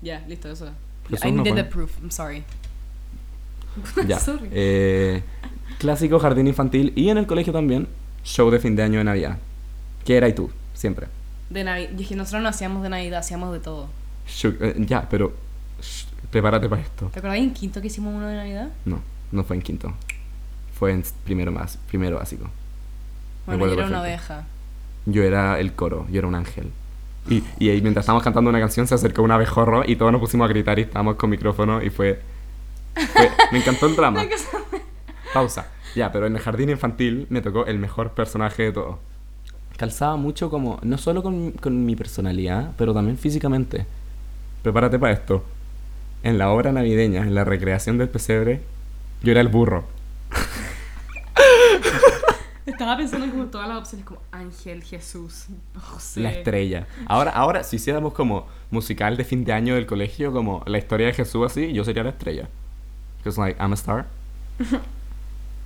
Speaker 2: Ya, listo, eso.
Speaker 1: Pero
Speaker 2: I
Speaker 1: son
Speaker 2: needed
Speaker 1: no
Speaker 2: the
Speaker 1: fue.
Speaker 2: proof, I'm sorry.
Speaker 1: pues. Ya.
Speaker 2: Sorry.
Speaker 1: Eh, clásico jardín infantil y en el colegio también. Show de fin de año de Navidad. Que era y tú, siempre.
Speaker 2: De Navidad. Es que nosotros no hacíamos de Navidad, hacíamos de todo.
Speaker 1: Show- eh, ya, pero sh- prepárate para esto.
Speaker 2: ¿Te acordás en quinto que hicimos uno de Navidad?
Speaker 1: No, no fue en quinto. Fue en s- primero más, primero básico. Me
Speaker 2: Bueno, yo
Speaker 1: acuerdo
Speaker 2: era una
Speaker 1: perfecto.
Speaker 2: oveja.
Speaker 1: Yo era el coro, yo era un ángel. Y, y ahí mientras estábamos cantando una canción se acercó un abejorro y todos nos pusimos a gritar y estábamos con micrófono y fue... fue- me encantó el drama. Pausa. Ya, pero en el jardín infantil me tocó el mejor personaje de todo. Calzaba mucho como, no solo con, con mi personalidad, pero también físicamente. Prepárate para esto. En la obra navideña, en la recreación del pesebre, yo era el burro.
Speaker 2: Estaba pensando en como todas las opciones, como Ángel, Jesús, José.
Speaker 1: La estrella. Ahora, ahora, si hiciéramos como musical de fin de año del colegio, como la historia de Jesús así, yo sería la estrella. Because like, I'm a star.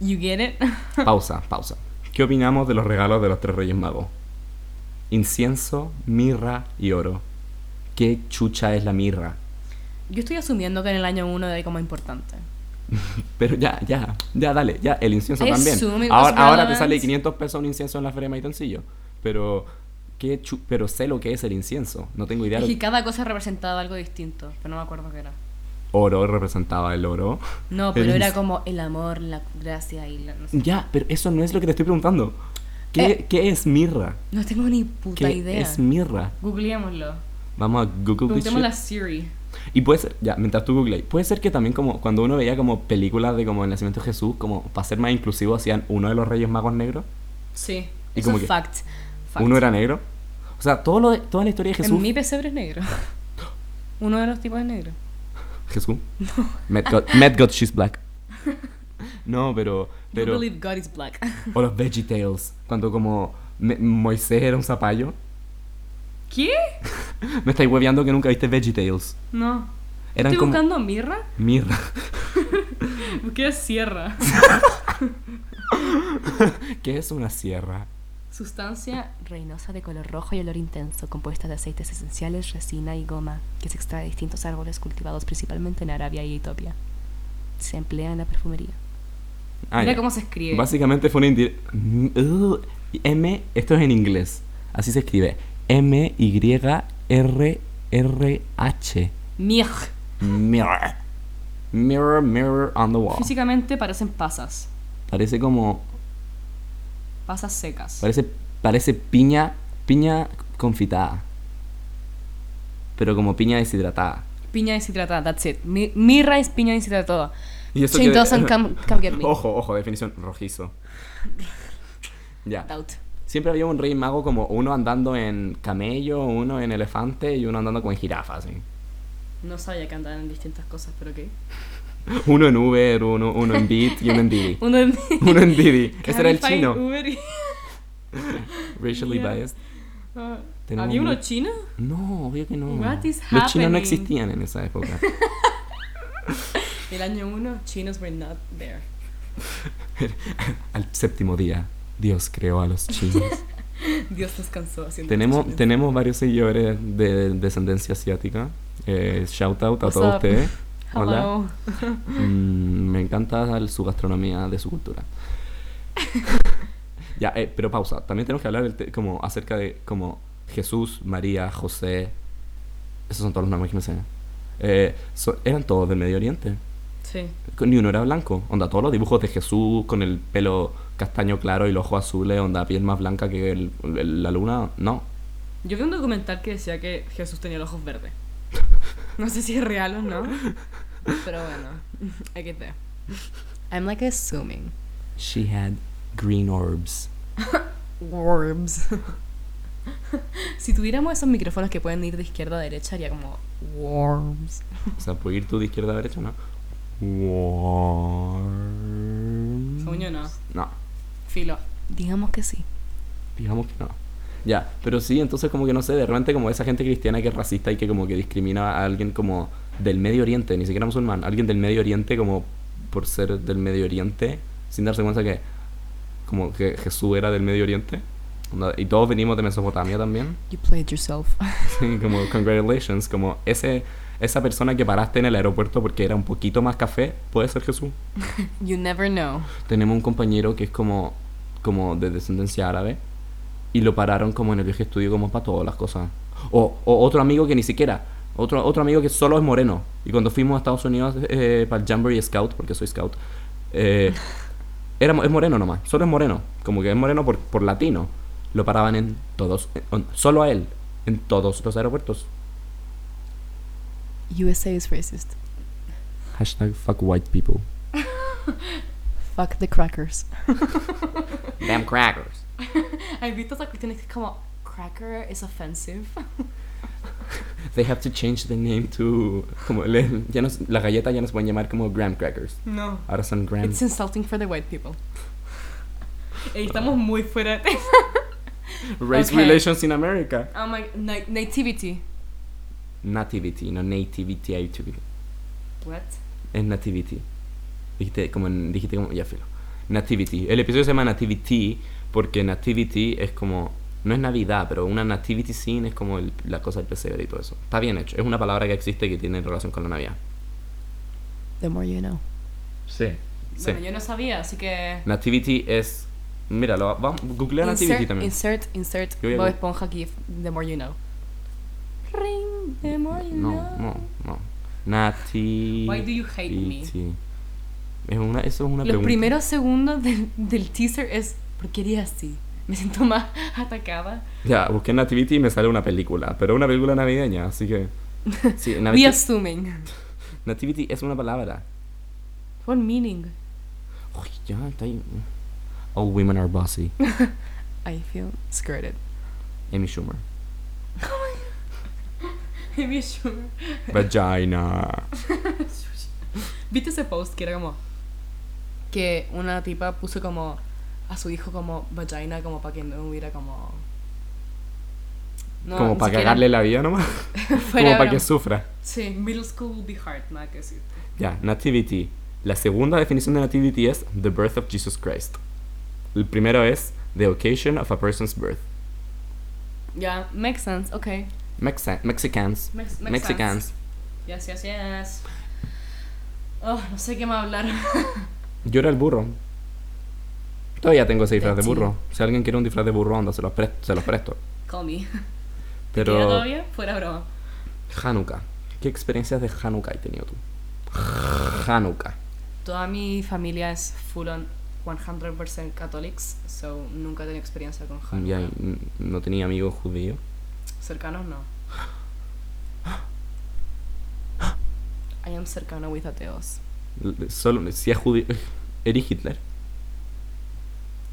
Speaker 2: You get it?
Speaker 1: Pausa, pausa. ¿Qué opinamos de los regalos de los tres reyes magos? Incienso, mirra y oro. ¿Qué chucha es la mirra?
Speaker 2: Yo estoy asumiendo que en el año uno era como importante.
Speaker 1: Pero ya, ya, ya, dale, ya, el incienso
Speaker 2: I
Speaker 1: también.
Speaker 2: assume it was
Speaker 1: Ahora, ahora te
Speaker 2: relevant.
Speaker 1: sale 500 pesos un incienso en la feria de Maitoncillo. Pero, ¿qué chu- pero sé lo que es el incienso. No tengo idea.
Speaker 2: Es
Speaker 1: lo-
Speaker 2: que cada cosa representaba algo distinto, pero no me acuerdo qué era.
Speaker 1: Oro representaba el oro.
Speaker 2: No,
Speaker 1: El
Speaker 2: pero era
Speaker 1: inc-
Speaker 2: como el amor, la gracia y la... No, sé.
Speaker 1: Ya, pero eso no es lo que te estoy preguntando. ¿Qué,
Speaker 2: Eh.
Speaker 1: qué es mirra?
Speaker 2: No tengo ni puta
Speaker 1: ¿Qué
Speaker 2: idea.
Speaker 1: es mirra?
Speaker 2: Googleémoslo.
Speaker 1: Vamos a Google this
Speaker 2: Preguntémosle a
Speaker 1: shit.
Speaker 2: Siri.
Speaker 1: Y puede ser, ya, mientras tú googleas, puede ser que también como cuando uno veía como películas de como el nacimiento de Jesús, como para ser más inclusivo hacían uno de los reyes magos negros,
Speaker 2: Sí.
Speaker 1: ¿Y
Speaker 2: Eso
Speaker 1: cómo
Speaker 2: es
Speaker 1: que?
Speaker 2: fact. Fact.
Speaker 1: uno era negro. O sea, todo lo de- toda la historia de Jesús...
Speaker 2: En mi pesebre es negro. Uno de los tipos es negro.
Speaker 1: Jesús. Met God, Met God, she's black. No, pero...
Speaker 2: You
Speaker 1: pero
Speaker 2: believe God is black.
Speaker 1: o los Veggie Tales, cuando como Me- Moisés era un zapallo.
Speaker 2: ¿Qué?
Speaker 1: Me estáis hueveando que nunca viste Veggie Tales.
Speaker 2: No.
Speaker 1: Eran
Speaker 2: Estoy
Speaker 1: como...
Speaker 2: buscando mirra.
Speaker 1: Mirra.
Speaker 2: Busqué sierra.
Speaker 1: ¿Qué es una sierra?
Speaker 2: Sustancia
Speaker 5: Reinosa de color rojo y olor intenso, compuesta de aceites esenciales, resina y goma, que se extrae de distintos árboles cultivados principalmente en Arabia y Etiopía. Se emplea en la perfumería.
Speaker 1: Ah,
Speaker 2: Mira
Speaker 1: ya.
Speaker 2: cómo se escribe.
Speaker 1: Básicamente fue una indir- Mm, uh, M, esto es en inglés. Así se escribe. M Y R R H.
Speaker 2: Miej.
Speaker 1: Mirror. Mirror, mirror on the wall.
Speaker 2: Físicamente parecen pasas.
Speaker 1: Parece como
Speaker 2: Pasas secas.
Speaker 1: parece parece piña piña confitada. Pero como piña deshidratada.
Speaker 2: Piña deshidratada, that's it. Mi- mirra es piña deshidratada.
Speaker 1: Y
Speaker 2: eso Shane que- Dawson, come- come get me.
Speaker 1: Ojo, ojo, definición rojizo. ya.
Speaker 2: Doubt.
Speaker 1: Siempre había un rey mago como uno andando en camello, uno en elefante y uno andando con jirafa, así.
Speaker 2: No sabía que andaban en distintas cosas, pero ok.
Speaker 1: Uno en Uber, uno, uno en Bit y uno en Didi.
Speaker 2: Uno en...
Speaker 1: Uno en Didi. Ese era el
Speaker 2: Cabify,
Speaker 1: chino.
Speaker 2: Uber y-
Speaker 1: Racially
Speaker 2: Yeah.
Speaker 1: biased.
Speaker 2: Ah,
Speaker 1: Tenemos
Speaker 2: ¿Había uno
Speaker 1: mucho-
Speaker 2: chino?
Speaker 1: No, obvio que no.
Speaker 2: What is
Speaker 1: Los chinos no
Speaker 2: happening?
Speaker 1: existían en esa época.
Speaker 2: El año uno, chinos were not there.
Speaker 1: Al séptimo día, Dios creó a los chinos.
Speaker 2: Dios descansó haciendo
Speaker 1: tenemos,
Speaker 2: chinos.
Speaker 1: tenemos varios seguidores de descendencia asiática. Eh, shout out a
Speaker 2: What's
Speaker 1: todos
Speaker 2: up?
Speaker 1: ustedes. Hola.
Speaker 2: Hello.
Speaker 1: Mm, me encanta el- su gastronomía de su cultura. ya, eh, pero pausa. También tenemos que hablar del te- como acerca de como Jesús, María, José. Esos son todos los nombres que me sé. Eh, so- eran todos del Medio Oriente.
Speaker 2: Sí.
Speaker 1: Ni uno era blanco. Onda, todos los dibujos de Jesús con el pelo castaño claro y los ojos azules, onda, piel más blanca que el- el- la luna. No.
Speaker 2: Yo vi un documental que decía que Jesús tenía los ojos verdes. No sé si es real o no. Pero bueno, hay que ver. I'm like assuming.
Speaker 1: She had green orbs.
Speaker 2: Orbs.
Speaker 5: Si tuviéramos esos micrófonos que pueden ir de izquierda a derecha, haría como worms.
Speaker 1: O sea, ¿puedo ir tú de izquierda a derecha o no? Worms.
Speaker 2: Según yo, no.
Speaker 1: No,
Speaker 2: Filo.
Speaker 5: Digamos que sí.
Speaker 1: digamos que no. Ya, pero sí, entonces como que no sé, de repente como esa gente cristiana que es racista y que como que discrimina a alguien como del Medio Oriente, ni siquiera musulmán, alguien del Medio Oriente como por ser del Medio Oriente, sin darse cuenta que como que Jesús era del Medio Oriente. Onda, Y todos venimos de Mesopotamia también.
Speaker 5: You played yourself.
Speaker 1: Sí, como congratulations, como ese esa persona que paraste en el aeropuerto porque era un poquito más café, puede ser Jesús.
Speaker 5: You never know.
Speaker 1: Tenemos un compañero que es como como de descendencia árabe y lo pararon como en el viaje de estudio como para todas las cosas. O, o otro amigo que ni siquiera, otro otro amigo que solo es moreno y cuando fuimos a Estados Unidos eh, para el Jamboree Scout, porque soy scout, eh, era, mo- es moreno nomás, solo es moreno, como que es moreno por, por latino. Lo paraban en todos, en- on- solo a él, en todos los aeropuertos.
Speaker 5: USA is racist.
Speaker 1: Hashtag fuck white people.
Speaker 5: Fuck the crackers.
Speaker 1: Damn crackers.
Speaker 5: ¿Has visto esas cuestiones que es como cracker is offensive?
Speaker 1: They have to change the name to. Como le- ya nos, la galleta ya nos pueden llamar como graham crackers.
Speaker 2: No.
Speaker 1: Ahora son graham.
Speaker 5: It's insulting for the white people.
Speaker 2: Ey, estamos muy fuera de.
Speaker 1: Race
Speaker 2: ok.
Speaker 1: relations in America.
Speaker 2: Oh my. na- nativity.
Speaker 1: Nativity, no nativity, activity.
Speaker 2: What?
Speaker 1: Es nativity. Dijiste como, en- dijiste como, ya filo. Nativity. El episodio se llama Nativity porque Nativity es como, no es Navidad, pero una Nativity scene es como el- la cosa del pesebre y todo eso. Está bien hecho. Es una palabra que existe que tiene relación con la Navidad.
Speaker 5: The more you know.
Speaker 1: Sí. Sí.
Speaker 2: Bueno, yo no sabía, así que.
Speaker 1: Nativity es. Míralo, vamos, googlea Nativity
Speaker 5: Insert,
Speaker 1: también.
Speaker 5: insert, insert
Speaker 1: Yo voy a
Speaker 5: Bob
Speaker 1: Google.
Speaker 5: Esponja GIF. The more you know. Ring, the more you
Speaker 1: No,
Speaker 5: know.
Speaker 1: no, no. Nati.
Speaker 2: Why do you hate me?
Speaker 1: Iti. Es una, eso es una
Speaker 5: Los
Speaker 1: pregunta.
Speaker 5: primeros segundos del, del teaser es ¿por qué haría así? Me siento más atacada.
Speaker 1: Ya, busqué Nativity y me sale una película, pero una película navideña, así que. Sí,
Speaker 5: We
Speaker 1: Navi-
Speaker 5: assuming.
Speaker 1: Nativity es una palabra.
Speaker 5: What meaning?
Speaker 1: Uy, ya, está ahí. All women are bossy.
Speaker 5: I feel skirted.
Speaker 1: Amy Schumer.
Speaker 2: Amy Schumer.
Speaker 1: Vagina.
Speaker 2: ¿Viste ese post que era como. que una tipa puso como. a su hijo como vagina, como para que no hubiera como. No,
Speaker 1: Como
Speaker 2: ni
Speaker 1: para
Speaker 2: siquiera-
Speaker 1: cagarle la vida nomás.
Speaker 2: Fuera
Speaker 1: Como para
Speaker 2: broma.
Speaker 1: que sufra.
Speaker 2: Sí, middle school would be hard, nada que decir.
Speaker 1: Ya, Nativity. La segunda definición de Nativity es The Birth of Jesus Christ. El primero es The Occasion of a Person's Birth.
Speaker 2: Ya,
Speaker 5: Makes sense, ok.
Speaker 1: Mexa- Mexicans.
Speaker 2: Mex- Mexans.
Speaker 1: Mexicans.
Speaker 2: Yes, yes, yes. Oh, no sé qué más hablar.
Speaker 1: Yo era el burro. Todavía tengo ese disfraz de
Speaker 5: Sí.
Speaker 1: burro. Si alguien quiere un disfraz de burro, onda, se los presto. Se los presto.
Speaker 2: Call me. ¿Queda
Speaker 1: Pero.
Speaker 2: todavía? Fuera broma.
Speaker 1: Hanukkah. ¿Qué experiencias de Hanukkah has tenido tú? Hanukkah.
Speaker 2: Toda mi familia es full on 100% catholics, so nunca he tenido experiencia con Hanukkah.
Speaker 1: Ya, n- no tenía amigos judíos.
Speaker 2: Cercanos no.
Speaker 5: I am cercano with ateos.
Speaker 1: L- Solo, si es judío. Eri Hitler.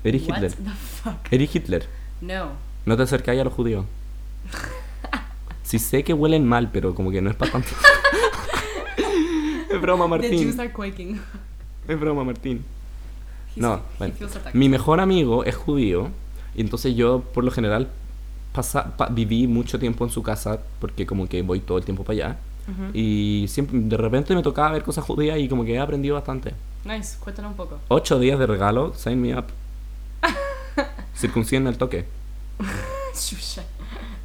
Speaker 1: Eri
Speaker 2: What
Speaker 1: Hitler. Eh,
Speaker 2: the fuck?
Speaker 1: Eri Hitler.
Speaker 2: No.
Speaker 1: No te acercáis a los judíos. Sí sé que huelen mal, pero como que no es para tanto. es broma,
Speaker 2: The Jews
Speaker 1: Martín.
Speaker 2: are quaking.
Speaker 1: Es broma, Martín.
Speaker 2: He's-
Speaker 1: No,
Speaker 2: he
Speaker 1: bueno.
Speaker 2: feels attacked.
Speaker 1: Mi mejor amigo es judío y entonces yo por lo general pasa, pa- viví mucho tiempo en su casa porque como que voy todo el tiempo para allá.
Speaker 2: Mm-hmm.
Speaker 1: Y siempre, de repente me tocaba ver cosas judías y como que he aprendido bastante.
Speaker 2: Nice, cuéntanos un poco.
Speaker 1: Ocho días de regalo, sign me up. Circunciden al toque.
Speaker 2: Shusha.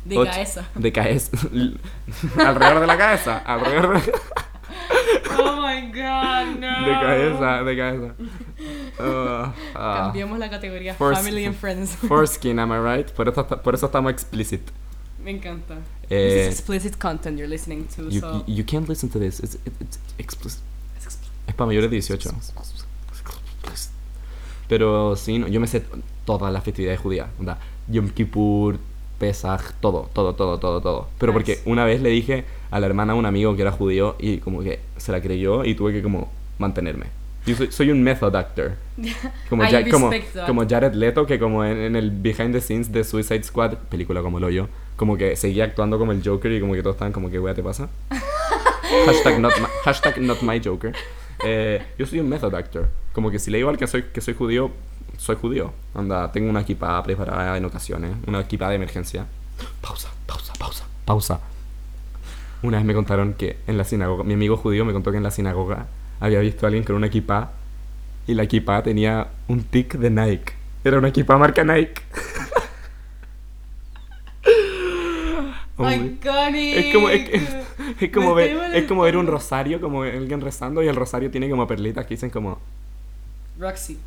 Speaker 2: De
Speaker 1: Ocho-
Speaker 2: cabeza.
Speaker 1: De cabeza. alrededor de la cabeza. Alrededor de,
Speaker 2: Oh my god, no.
Speaker 1: de cabeza, de cabeza. Ah, ah.
Speaker 2: Cambiamos la categoría
Speaker 1: Force-
Speaker 2: Family and Friends.
Speaker 1: Foreskin, am I right? Por eso, por eso estamos explicit.
Speaker 2: Me encanta.
Speaker 1: Eh,
Speaker 5: This is explicit content you're listening to,
Speaker 1: You,
Speaker 5: so
Speaker 1: you can't listen to this. It's, it- it's explicit. Es para mayores de 18. Pero sí, no, yo me sé todas las festividades judías. Onda, Yom Kippur, Pesaj, todo, todo, todo, todo, todo. Pero porque
Speaker 2: Nice.
Speaker 1: una vez le dije a la hermana de un amigo que era judío y como que se la creyó y tuve que como mantenerme. Yo soy, soy un method actor. Como,
Speaker 2: I
Speaker 1: Ja- como,
Speaker 2: respect that.
Speaker 1: como Jared Leto, que como en, en el behind the scenes de Suicide Squad, película como el hoyo, como que seguía actuando como el Joker y como que todos estaban como, ¿qué wea te pasa? hashtag, not my, hashtag not my Joker. Eh, yo soy un method actor. Como que si le digo al que soy, que soy judío, soy judío. Anda, tengo una equipada preparada en ocasiones, una equipada de emergencia. Pausa, pausa, pausa, pausa. Una vez me contaron que en la sinagoga, mi amigo judío me contó que en la sinagoga había visto a alguien con una equipa y la equipa tenía un tic de Nike. Era una equipa marca Nike. Oh my-
Speaker 2: Iconic.
Speaker 1: es como, es, es- es como
Speaker 2: Me
Speaker 1: ver,
Speaker 2: estoy
Speaker 1: es como ver un
Speaker 2: molestando.
Speaker 1: rosario, como alguien rezando y el rosario tiene como perlitas que dicen como...
Speaker 2: Roxy.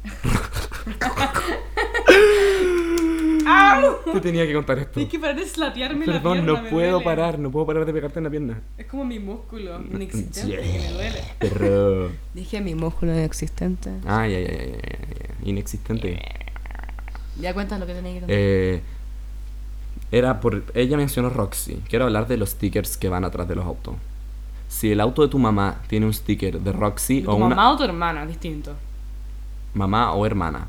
Speaker 2: ¡Au!
Speaker 1: Te tenía que contar esto.
Speaker 2: Tienes que parar de slatearme la
Speaker 1: Perdón,
Speaker 2: pierna.
Speaker 1: no
Speaker 2: me
Speaker 1: puedo
Speaker 2: duele.
Speaker 1: parar, Mm, no puedo parar de pegarte en la pierna.
Speaker 2: Es como mi músculo inexistente que
Speaker 1: eh,
Speaker 2: me duele.
Speaker 1: Pero...
Speaker 5: Dije mi músculo inexistente.
Speaker 1: Ay, ay, ay, ay, ay, ay, inexistente.
Speaker 5: Ya cuentas lo que tenía que contar.
Speaker 1: Eh, era por. Ella mencionó Roxy. Quiero hablar de los stickers que van atrás de los autos. Si el auto de tu mamá tiene un sticker de Roxy
Speaker 2: ¿Tu
Speaker 1: o una
Speaker 2: mamá o tu hermana? Distinto.
Speaker 1: mamá o hermana,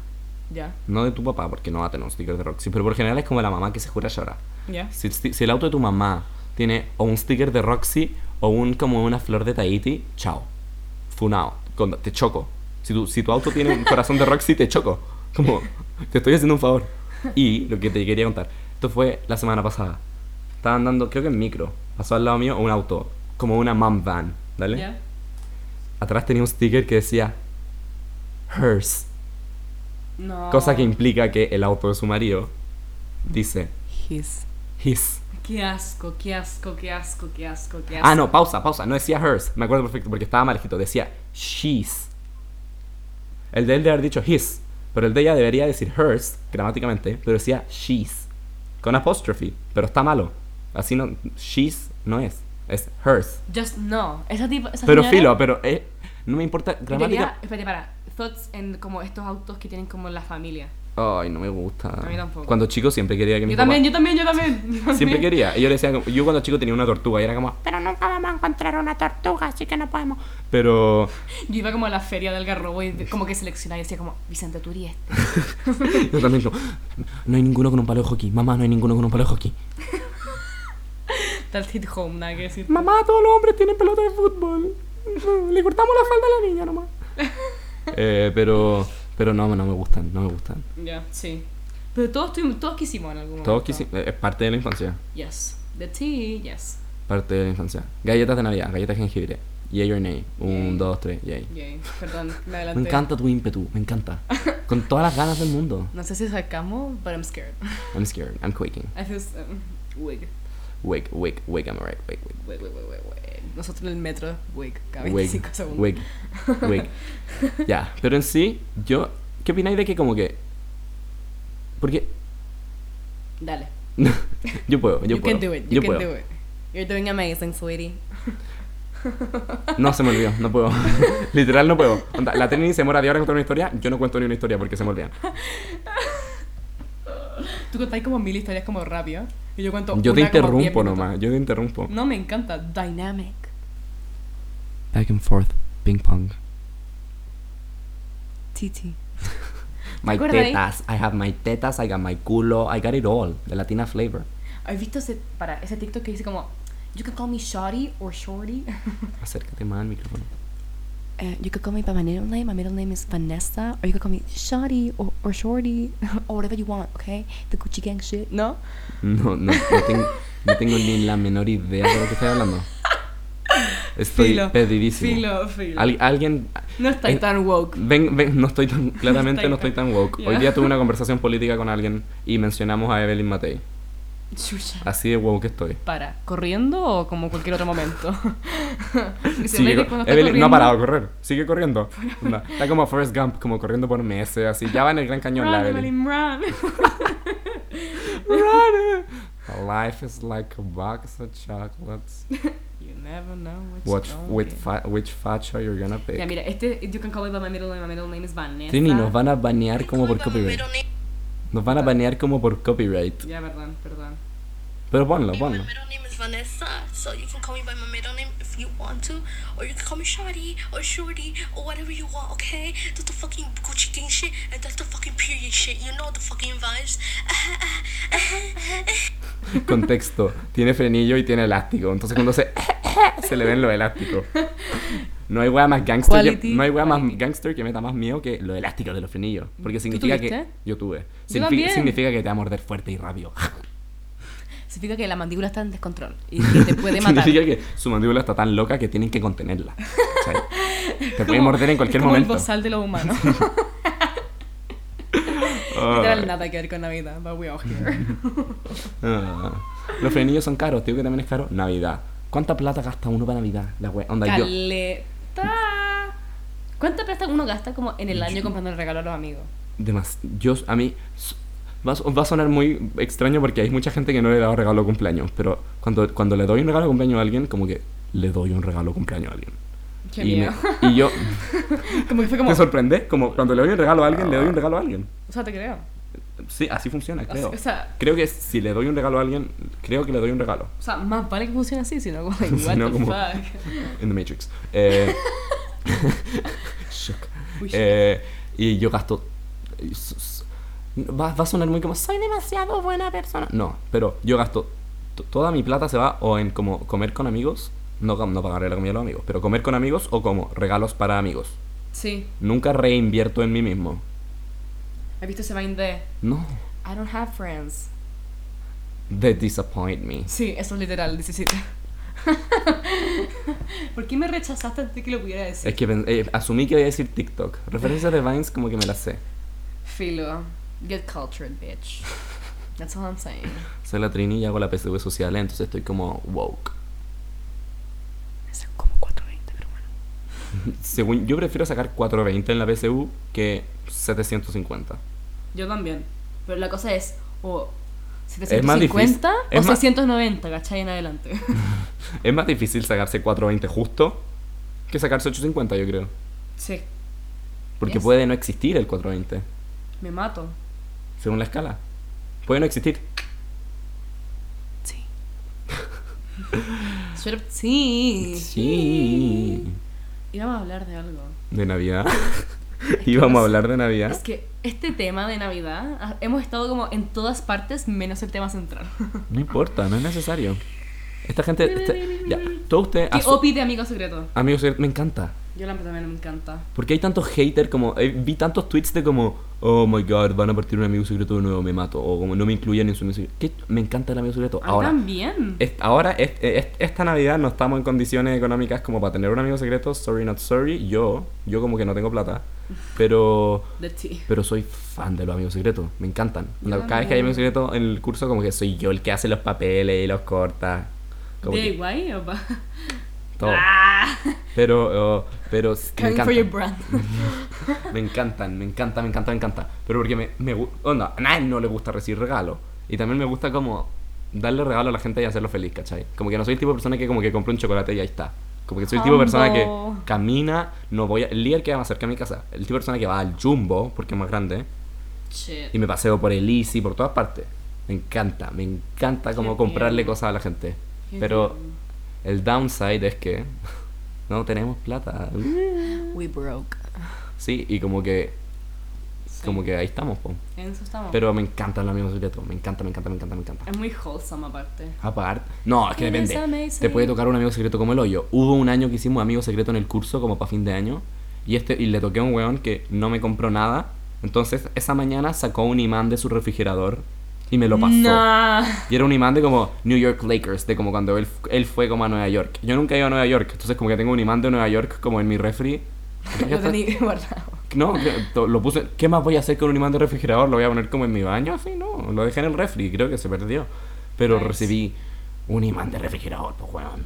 Speaker 2: Ya.
Speaker 1: no de tu papá, porque no va a tener un sticker de Roxy, pero por general es como la mamá que se jura llorar.
Speaker 2: Ya.
Speaker 1: Si, el sti- si el auto de tu mamá tiene o un sticker de Roxy o un como una flor de Tahiti, chao. Funao. Con- Te choco. Si tu, si tu auto tiene un corazón de Roxy, te choco. Como, te estoy haciendo un favor. Y lo que te quería contar. Esto fue la semana pasada. Estaba andando, creo que en micro. Pasó al lado mío un auto. Como una mom van. ¿Dale?
Speaker 2: Ya.
Speaker 1: Atrás tenía un sticker que decía hers.
Speaker 2: No.
Speaker 1: Cosa que implica que el auto de su marido dice
Speaker 5: His.
Speaker 1: his.
Speaker 2: Qué asco, qué asco, qué asco, qué asco, qué asco.
Speaker 1: Ah, no, pausa, pausa. No decía hers. Me acuerdo perfecto porque estaba malejito. Decía she's. El de él debe haber dicho his. Pero el de ella debería decir hers, gramáticamente. Pero decía she's. Con apóstrofe. Pero está malo. Así no. She's no es. Es hers.
Speaker 2: Just no.
Speaker 5: Esa tipo, esa
Speaker 1: Pero
Speaker 5: señora-
Speaker 1: filo, pero eh, no me importa.
Speaker 2: En realidad,
Speaker 1: Gramática.
Speaker 2: espérate, para. Thoughts en como estos autos que tienen como la familia.
Speaker 1: Ay, no me gusta.
Speaker 2: A mí tampoco.
Speaker 1: Cuando chico siempre quería que mi
Speaker 2: Yo
Speaker 1: papá-
Speaker 2: también, yo también, yo también. yo también.
Speaker 1: Siempre quería. Y yo le decía, como- yo cuando chico tenía una tortuga y era como,
Speaker 4: Pero nunca vamos a encontrar una tortuga, así que no podemos.
Speaker 1: pero
Speaker 2: Yo iba como a la feria del garrobo y de- como que seleccionaba y decía como Vicente Turi este.
Speaker 1: yo también como, no hay ninguno con un palo de hockey. Mamá, no hay ninguno con un palo de hockey.
Speaker 2: That hit home, nada que decir.
Speaker 1: Mamá, todos los hombres tienen pelota de fútbol. Le cortamos la falda a la niña nomás. Eh, pero pero no, no me gustan, no me gustan.
Speaker 2: Ya, sí. Pero todos, tuvimos- todos quisimos en algún momento.
Speaker 1: Todos quisi- eh, es parte de la infancia.
Speaker 2: Yes. The tea, yes.
Speaker 1: Parte de la infancia. Galletas de Navidad, galletas de jengibre. Yay or nay. Un, dos, tres, yay.
Speaker 2: Yay. Perdón, me
Speaker 1: Me
Speaker 2: adelanté.
Speaker 1: encanta tu ímpetu, me encanta. Con todas las ganas del mundo.
Speaker 2: No sé si sacamos, but I'm scared.
Speaker 1: I'm scared, I'm quaking.
Speaker 2: I feel... Um, wig.
Speaker 1: Wake, wake, wake, I'm alright, wake, wake.
Speaker 2: Wig, wig, wig, wig, wig. Nosotros en el metro, wig. Cada
Speaker 1: Wig,
Speaker 2: 25 segundos.
Speaker 1: wig, wig. Ya, pero en sí, yo. ¿Qué opináis de que, como que. Porque.
Speaker 2: Dale.
Speaker 1: yo puedo, yo
Speaker 2: you
Speaker 1: puedo.
Speaker 2: can do it.
Speaker 1: yo
Speaker 2: You can
Speaker 1: puedo.
Speaker 2: do it. You're doing amazing, sweetie.
Speaker 1: No, se me olvidó, no puedo. Literal, no puedo. Onda, la Trini se demora 10 horas en contar una historia, yo no cuento ni una historia porque se me olvidan.
Speaker 2: Tú contáis como mil historias como rápido. Y yo cuento
Speaker 1: Yo te
Speaker 2: una como 10
Speaker 1: interrumpo
Speaker 2: minutos.
Speaker 1: nomás, yo te interrumpo.
Speaker 2: No, me encanta. Dynamic.
Speaker 1: Back and forth, ping pong.
Speaker 5: Titi.
Speaker 1: My
Speaker 2: acordáis?
Speaker 1: tetas, I have my tetas, I got my culo, I got it all. The Latina flavor.
Speaker 2: ¿Has visto ese, para, ese TikTok que dice como You can call me shawty or shorty?
Speaker 1: Acércate más al micrófono.
Speaker 5: Eh, you could call me by my middle name. My middle name is Vanessa. Or you could call me Shotty or, or Shorty or whatever you want, okay? The Gucci Gang shit. No?
Speaker 1: No, no, no, tengo, no tengo ni la menor idea de lo que estoy hablando. Estoy
Speaker 2: Filo,
Speaker 1: perdidísimo.
Speaker 2: filo, filo.
Speaker 1: Al- alguien.
Speaker 2: No estáis
Speaker 1: eh,
Speaker 2: tan woke.
Speaker 1: Ven, ven, no estoy tan. Claramente
Speaker 2: estáis
Speaker 1: no estoy
Speaker 2: tan-
Speaker 1: tan woke. Hoy
Speaker 2: Ya.
Speaker 1: día tuve una conversación política con alguien y mencionamos a Evelyn Matei.
Speaker 2: Chucha.
Speaker 1: Así de woke estoy.
Speaker 2: Para, ¿corriendo o como cualquier otro momento? Y se
Speaker 1: Sigue
Speaker 2: ve que
Speaker 1: co-
Speaker 2: cuando está
Speaker 1: Evelyn no ha
Speaker 2: corriendo-
Speaker 1: parado de correr, sigue corriendo. Onda, Está como Forrest Gump, como corriendo por meses, así. Ya va en el Gran Cañón la
Speaker 2: Run,
Speaker 1: Evelyn.
Speaker 2: Evelyn, run.
Speaker 1: Run. Life is like a box of chocolates.
Speaker 2: You never know what's
Speaker 1: What,
Speaker 2: going
Speaker 1: which,
Speaker 2: on.
Speaker 1: fa which facha you're gonna pick?
Speaker 2: Ya, mira, este You can call me by my middle name. My middle name is Vanessa.
Speaker 1: Trini, nos van a banear como por copyright. Nos van a banear como por copyright.
Speaker 2: Ya, perdón, perdón.
Speaker 1: Pero ponlo,
Speaker 6: My
Speaker 1: ponlo.
Speaker 6: middle name is Vanessa, so you can call me by my middle name if you want to, or you can call me Shorty or Shorty or whatever you want, okay? That's the fucking Gucci Gang shit, and that's the fucking period shit. You know the fucking vibes.
Speaker 1: Contexto. Tiene frenillo y tiene elástico. Entonces cuando se... se le ven los elásticos. No hay wea más gangster,
Speaker 2: Quality,
Speaker 1: que, no hay wea más
Speaker 2: quality.
Speaker 1: gangster que meta más miedo que los elásticos de los frenillos. Porque significa que...
Speaker 5: tuviste?
Speaker 1: Yo tuve.
Speaker 2: Yo
Speaker 1: Signifi-
Speaker 2: también.
Speaker 1: significa que te va a morder fuerte y rápido.
Speaker 5: Significa que la mandíbula está en descontrol y que te puede matar.
Speaker 1: Significa que su mandíbula está tan loca que tienen que contenerla. ¿cachai? Te puede
Speaker 2: Como-
Speaker 1: morder en cualquier
Speaker 2: es como
Speaker 1: momento.
Speaker 2: el bozal de los humanos.
Speaker 1: Ah,
Speaker 2: Literal nada que ver con Navidad, but we all here.
Speaker 1: ah. Los frenillos son caros, tío, que también es caro. Navidad. ¿Cuánta plata gasta uno para Navidad? La wea. Onda, yo.
Speaker 2: Caleta. ¿Cuánta plata uno gasta como en el año comprando el regalo a los amigos?
Speaker 1: Demas, yo, a mí. s- Va, a so- va a sonar muy extraño porque hay mucha gente que no le da regalo de cumpleaños. Pero cuando, cuando le doy un regalo de cumpleaños a alguien, como que le doy un regalo de cumpleaños a alguien.
Speaker 2: Qué
Speaker 1: y, me-
Speaker 2: miedo.
Speaker 1: y yo.
Speaker 2: Como que fue como.
Speaker 1: ¿Te sorprende? Como cuando le doy un regalo a alguien, le doy
Speaker 2: Ah.
Speaker 1: un regalo a alguien.
Speaker 2: O sea, te creo.
Speaker 1: Sí, así funciona, creo.
Speaker 2: O sea,
Speaker 1: Creo que si le doy un regalo a alguien, creo que le doy un regalo.
Speaker 2: o sea, más vale que funcione así, sino como. Like,
Speaker 1: Si
Speaker 2: what
Speaker 1: no,
Speaker 2: the
Speaker 1: como-
Speaker 2: fuck.
Speaker 1: En The Matrix. Eh, shock.
Speaker 2: Uy, shit.
Speaker 1: Eh, y yo gasto. s- s- Va, va a sonar muy como soy demasiado buena persona. No, pero yo gasto. to- Toda mi plata se va o en como comer con amigos. No, com- no pagaré la comida a los amigos, pero comer con amigos o como regalos para amigos.
Speaker 2: Sí,
Speaker 1: Nunca reinvierto en mí mismo.
Speaker 2: he visto ese mind de.
Speaker 1: No.
Speaker 2: I don't have friends.
Speaker 1: They disappoint me.
Speaker 2: Sí, eso es literal, 17. ¿Por qué me rechazaste antes de que lo pudiera decir?
Speaker 1: Es que pen- eh, asumí que iba a decir TikTok. Referencias de Vines como que me las sé.
Speaker 2: Filo, get cultured, bitch. That's all I'm saying.
Speaker 1: Soy la Trini y hago la PSV social, entonces estoy como woke.
Speaker 3: Son como 420, pero bueno.
Speaker 1: Según, yo prefiero sacar 420 en la PSU que 750.
Speaker 2: Yo también. Pero la cosa es, o
Speaker 1: Es más difícil.
Speaker 2: 750 o
Speaker 1: Es más-
Speaker 2: 690, ¿cachai? En adelante.
Speaker 1: Es más difícil sacarse 420 justo que sacarse 850, yo creo.
Speaker 2: sí,
Speaker 1: Porque
Speaker 2: Yes.
Speaker 1: puede no existir el 420,
Speaker 2: me mato.
Speaker 1: según la escala. Puede no existir.
Speaker 2: Sí. Straight up, sí.
Speaker 1: Sí.
Speaker 2: Y vamos a hablar de algo.
Speaker 1: De Navidad. Íbamos a hablar de Navidad.
Speaker 2: Es que este tema de Navidad ah, hemos estado como en todas partes menos el tema central.
Speaker 1: No importa, no es necesario. Esta gente... este- ya, todo usted...
Speaker 2: ¿Qué
Speaker 1: asu-
Speaker 2: opi de Amigo Secreto?
Speaker 1: Amigos, me encanta.
Speaker 2: Yo la también me encanta.
Speaker 1: Porque hay tantos haters como. eh, vi tantos tweets de como. Oh my god, van a partir un amigo secreto de nuevo, me mato. O como no me incluyen en su amigo secreto. ¿Qué? Me encanta el amigo secreto.
Speaker 2: A mí
Speaker 1: Ahora,
Speaker 2: Ah, también.
Speaker 1: es- ahora es- es- esta Navidad no estamos en condiciones económicas como para tener un amigo secreto. Sorry, not sorry. Yo, yo como que no tengo plata. Pero.
Speaker 2: The tea.
Speaker 1: Pero soy fan de los amigos secretos. Me encantan. Cuando- cada vez que hay
Speaker 2: también.
Speaker 1: amigos secretos en el curso, como que soy yo el que hace los papeles y los corta. Como que
Speaker 2: DIY o pa-
Speaker 1: todo.
Speaker 2: Ah,
Speaker 1: Pero, oh, pero. s- me
Speaker 2: coming for your
Speaker 1: encantan.
Speaker 2: brand.
Speaker 1: Me encantan, me encanta, me encanta, me encanta. Pero porque me, me gu- onda, a nadie no le gusta recibir regalo. Y también me gusta como darle regalo a la gente y hacerlo feliz, ¿cachai? Como que no soy el tipo de persona que como que compra un chocolate y ahí está. Como que soy el tipo de persona que
Speaker 2: Humble.
Speaker 1: camina, no voy a, el líder que va más cerca a mi casa. El tipo de persona que va al jumbo, porque es más grande,
Speaker 2: Shit.
Speaker 1: y me paseo por el Easy, por todas partes. Me encanta, me encanta como
Speaker 2: Qué
Speaker 1: comprarle
Speaker 2: tierno.
Speaker 1: cosas a la gente.
Speaker 2: Qué
Speaker 1: Pero
Speaker 2: tierno.
Speaker 1: el downside es que no tenemos plata.
Speaker 5: We broke.
Speaker 1: Sí, y como que
Speaker 2: Sí.
Speaker 1: como que ahí estamos, po.
Speaker 2: En eso estamos.
Speaker 1: Pero me encanta los amigos secretos, me encanta, me encanta, me encanta, me encanta.
Speaker 2: es muy wholesome aparte.
Speaker 1: Aparte, no, es que
Speaker 2: Eres
Speaker 1: depende.
Speaker 2: amazing.
Speaker 1: Te puede tocar un amigo secreto como el hoyo. Hubo un año que hicimos amigo secreto en el curso, como para fin de año, y este y le toqué a un weón que no me compró nada. Entonces, esa mañana sacó un imán de su refrigerador y me lo pasó.
Speaker 2: Nah.
Speaker 1: Y era un imán de como New York Lakers, de como cuando él, él fue como a Nueva York. Yo nunca he ido a Nueva York, entonces como que tengo un imán de Nueva York como en mi refri.
Speaker 2: Lo tenía guardado.
Speaker 1: No, que- to- lo puse. ¿Qué más voy a hacer con un imán de refrigerador? ¿Lo voy a poner como en mi baño? Así, no. Lo dejé en el refri, creo que se perdió. Pero
Speaker 2: Nice.
Speaker 1: recibí un imán de refrigerador, pues, weón.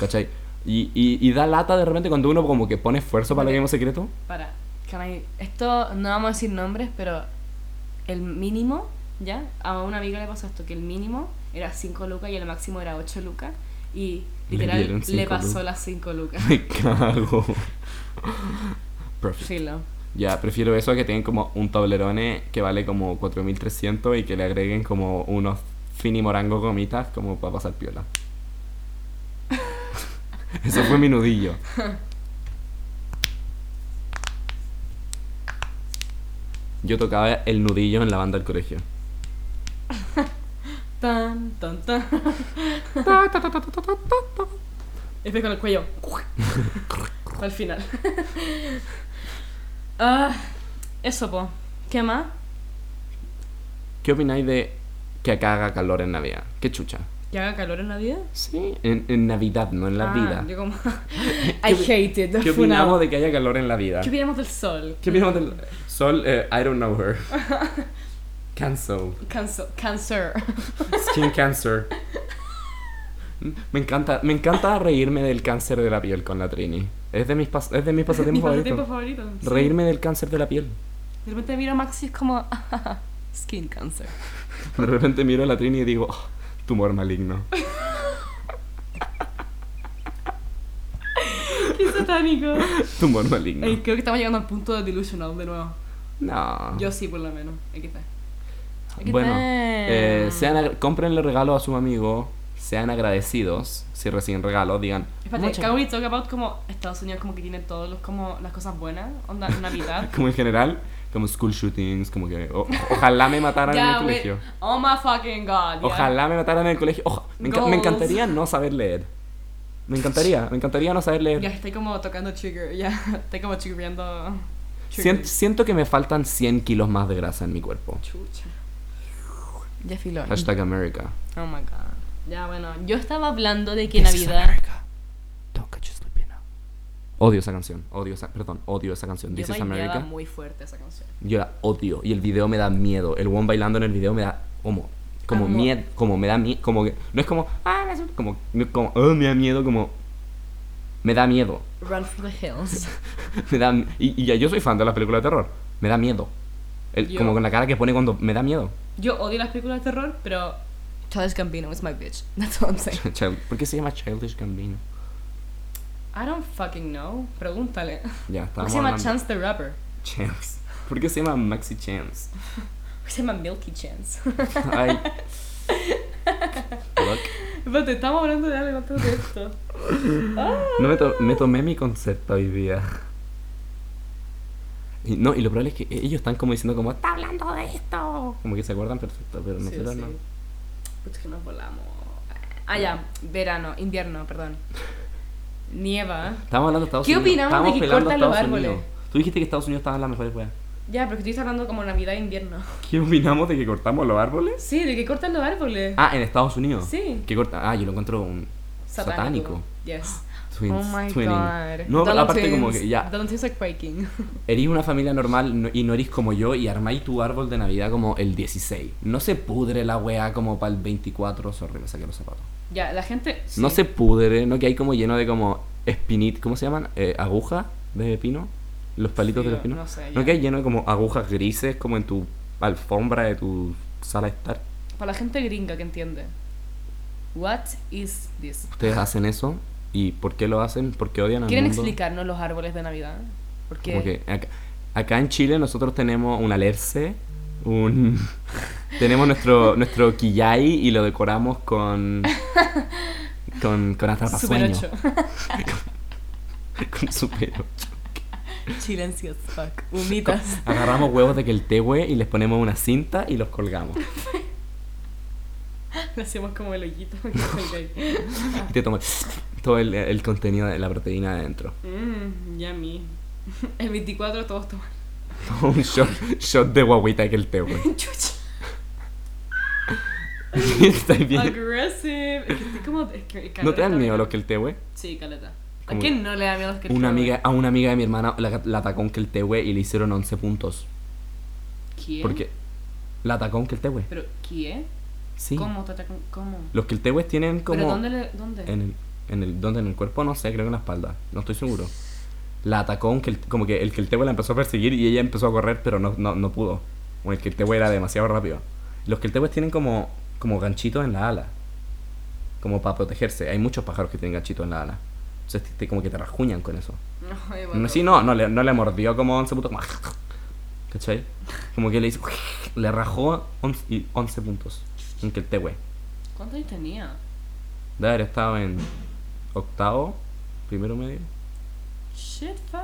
Speaker 1: ¿Cachai? Y, y, y da lata de repente cuando uno como que pone esfuerzo para el
Speaker 2: Vale.
Speaker 1: mismo secreto.
Speaker 2: Para. Can I- Esto no vamos a decir nombres, pero el mínimo, ¿ya? A una amiga le pasó esto, que el mínimo era 5 lucas y el máximo era 8 lucas. Y
Speaker 1: Le
Speaker 2: literal
Speaker 1: dieron
Speaker 2: le,
Speaker 1: cinco
Speaker 2: pasó
Speaker 1: lucas.
Speaker 2: las 5 lucas.
Speaker 1: Me cago. Perfecto.
Speaker 2: Filo.
Speaker 1: Ya, prefiero eso a que tengan como un tablerone que vale como 4.300 y que le agreguen como unos finimorango gomitas como para pasar piola. Eso fue mi nudillo. Yo tocaba el nudillo en la banda del colegio.
Speaker 2: Tan, tan, tan. Y fue Este con el cuello. Al final. Ah, eso, po. ¿Qué más?
Speaker 1: ¿Qué opináis de que acá haga calor en Navidad? ¿Qué chucha?
Speaker 2: ¿Que haga calor en la vida?
Speaker 1: Sí, en, en Navidad, no en la
Speaker 2: Ah,
Speaker 1: vida.
Speaker 2: Yo como.
Speaker 1: ¿Qué
Speaker 2: I
Speaker 1: opi-
Speaker 2: hate it.
Speaker 1: ¿Qué opinamos de que haya calor en la vida?
Speaker 2: ¿Qué opinamos del sol?
Speaker 1: ¿Qué opinamos del sol? eh, I don't know her. Cancel.
Speaker 2: Canso- Cancer.
Speaker 1: Skin cancer. Mm, Me encanta, me encanta reírme del cáncer de la piel con la Trini. Es de mis, pas- es de mis
Speaker 2: Mi
Speaker 1: pasatiempos
Speaker 2: pasatiempo
Speaker 1: favoritos.
Speaker 2: favorito. sí.
Speaker 1: Reírme del cáncer de la piel.
Speaker 2: De repente miro a Max y es como. Skin cancer.
Speaker 1: De repente miro a la Trini y digo, "Oh, tumor maligno.
Speaker 2: Qué satánico.
Speaker 1: Tumor maligno.
Speaker 2: Ey, creo que estamos llegando al punto de delusional de nuevo.
Speaker 1: No.
Speaker 2: Yo sí, por lo menos. Aquí está. Aquí
Speaker 1: Bueno,
Speaker 2: está.
Speaker 1: eh, sean agra- cómprenle regalos a su amigo, sean agradecidos si reciben regalos, digan.
Speaker 2: Espérate,
Speaker 1: "Muchas
Speaker 2: can we talk about como Estados Unidos como que tiene todos los como las cosas buenas? Onda, Navidad.
Speaker 1: como en general, como school shootings, como que o- ojalá me mataran en el
Speaker 2: Ya, wey.
Speaker 1: colegio.
Speaker 2: Oh my fucking god. ya.
Speaker 1: Ojalá me mataran en el colegio. Oja- me, enca- me
Speaker 2: Goals.
Speaker 1: encantaría no saber leer. Me encantaría, me encantaría no saber leer.
Speaker 2: Ya estoy como tocando trigger, ya. Estoy como triggeriendo.
Speaker 1: Sien- siento que me faltan 100 kilos más de grasa en mi cuerpo.
Speaker 2: Chucha.
Speaker 5: Ya filón.
Speaker 1: Hashtag America.
Speaker 2: Oh my god. Ya, bueno, yo estaba hablando de que
Speaker 3: This is
Speaker 2: Navidad.
Speaker 3: America. Don't cut your sleep in now.
Speaker 1: Odio esa canción, odio esa, perdón, odio esa canción.
Speaker 2: Yo
Speaker 1: This is
Speaker 2: bailaba
Speaker 1: America.
Speaker 2: muy fuerte esa canción.
Speaker 1: Yo la odio y el video me da miedo. El one bailando en el video me da como como
Speaker 2: Amor.
Speaker 1: miedo, como me da miedo, como que no es como ah, me asusta", como como "Oh, me da miedo, como me da miedo.
Speaker 5: Run for the hills.
Speaker 1: me da y, y ya yo soy fan de las películas de terror. Me da miedo. El-
Speaker 2: Yo-
Speaker 1: como con la cara que pone cuando me da miedo.
Speaker 2: Yo odio las películas de terror, pero.
Speaker 5: Childish Gambino is my bitch. That's all I'm saying.
Speaker 2: Eh.
Speaker 1: Child- ¿Por qué se llama Childish Gambino?
Speaker 2: I don't fucking know. Pregúntale.
Speaker 1: Ya,
Speaker 2: ¿Por qué
Speaker 1: estábamos
Speaker 2: se llama
Speaker 1: hablando-
Speaker 2: Chance the Rapper?
Speaker 1: Chance. ¿Por qué se llama Maxi Chance?
Speaker 2: ¿Por qué se llama Milky Chance?
Speaker 1: Ay. Look.
Speaker 2: Espérate, estamos hablando de algo antes de esto. Ah,
Speaker 1: No me, to- me tomé mi concepto hoy día. Y, no, y lo probable es que ellos están como diciendo como
Speaker 4: Está hablando de esto.
Speaker 1: como que se acuerdan perfecto, pero nosotros no.
Speaker 2: Pucha que nos volamos. Ah, ya. Verano, invierno, perdón. Nieva.
Speaker 1: Estábamos hablando de Estados
Speaker 2: ¿Qué
Speaker 1: Unidos.
Speaker 2: opinamos de
Speaker 1: Estábamos
Speaker 2: que
Speaker 1: pelando a
Speaker 2: cortan los
Speaker 1: Estados
Speaker 2: árboles?
Speaker 1: Unidos. Tú dijiste que Estados Unidos estaba en la mejor wea.
Speaker 2: Ya, pero que estoy hablando como Navidad e invierno.
Speaker 1: ¿Qué opinamos de que cortamos los árboles?
Speaker 2: Sí, de que cortan los árboles.
Speaker 1: Ah, en Estados Unidos.
Speaker 2: Sí.
Speaker 1: Que corta. Ah, yo lo encuentro un satánico.
Speaker 2: Yes.
Speaker 1: Twins,
Speaker 2: oh my
Speaker 1: twinning.
Speaker 2: god.
Speaker 1: No, pero
Speaker 2: Donald
Speaker 1: aparte como
Speaker 2: Twins.
Speaker 1: que ya
Speaker 2: Donald Twins are quaking.
Speaker 1: Erís una familia normal no- y no erís como yo y armáis tu árbol de Navidad como el 16. No se pudre la weá como para el 24. Sorry, me saqué los zapatos.
Speaker 2: ya, la gente. sí.
Speaker 1: No se pudre, ¿no? Que hay como lleno de como espinit, ¿cómo se llaman? Eh, aguja de pino. Los palitos
Speaker 2: Sí,
Speaker 1: de los pinos.
Speaker 2: no sé,
Speaker 1: ¿No
Speaker 2: ya.
Speaker 1: que hay lleno de como agujas grises como en tu alfombra de tu sala de estar?
Speaker 2: Para la gente gringa que entiende. What is this?
Speaker 1: Ustedes hacen eso y ¿por qué lo hacen? Porque odian al
Speaker 2: ¿Quieren
Speaker 1: mundo.
Speaker 2: explicarnos los árboles de Navidad? Porque.
Speaker 1: Como que acá, acá en Chile nosotros tenemos un alerce, un... tenemos nuestro, nuestro quillay y lo decoramos con... con, con
Speaker 2: Super
Speaker 1: atrapasueños.
Speaker 2: 8.
Speaker 1: Con super ocho.
Speaker 2: Chilencios, fuck. Humitas.
Speaker 1: Agarramos huevos de queltehue y les ponemos una cinta y los colgamos.
Speaker 2: Le hacemos como el hoyito. que es el gay.
Speaker 1: Y te tomas todo el, el contenido de la proteína adentro.
Speaker 2: Mmm, yummy. El 24 todos toman
Speaker 1: un shot, shot de guaguita de queltehue.
Speaker 2: chucha.
Speaker 1: ¿Estáis bien?
Speaker 2: Aggressive. Es que estoy como. es que-
Speaker 1: ¿No te dan
Speaker 2: caleta,
Speaker 1: miedo
Speaker 2: me-
Speaker 1: los queltehue?
Speaker 2: Sí, caleta. ¿A
Speaker 1: Como-
Speaker 2: quién no le da miedo los que
Speaker 1: Una amiga, a una amiga de mi hermana la, la atacó un queltehue y le hicieron 11 puntos.
Speaker 2: ¿Quién?
Speaker 1: Porque la atacó un queltehue.
Speaker 2: ¿Pero quién?
Speaker 1: Sí.
Speaker 2: ¿Cómo? te atacan? ¿Cómo?
Speaker 1: Los queltehues tienen como.
Speaker 2: ¿Pero dónde? Le, dónde?
Speaker 1: En el, en el, ¿Dónde? En el cuerpo, no sé, creo que en la espalda. No estoy seguro. La atacó un queltehue. Como que el queltehue la empezó a perseguir y ella empezó a correr, pero no, no, no pudo. O el queltehue era demasiado rápido. Los queltehues tienen como, como ganchitos en la ala. Como para protegerse. Hay muchos pájaros que tienen ganchitos en la ala. Entonces, te- te- como que te rajuñan con eso.
Speaker 2: No, ay, bueno.
Speaker 1: No, sí, no, no le, no le mordió como 11 puntos. Como, ¿Cachai? Como que le hizo. Le rajó 11, y 11 puntos. En que el tehue.
Speaker 2: ¿Cuántos años tenía?
Speaker 1: De haber estado en octavo, primero medio.
Speaker 2: Shit, fuck.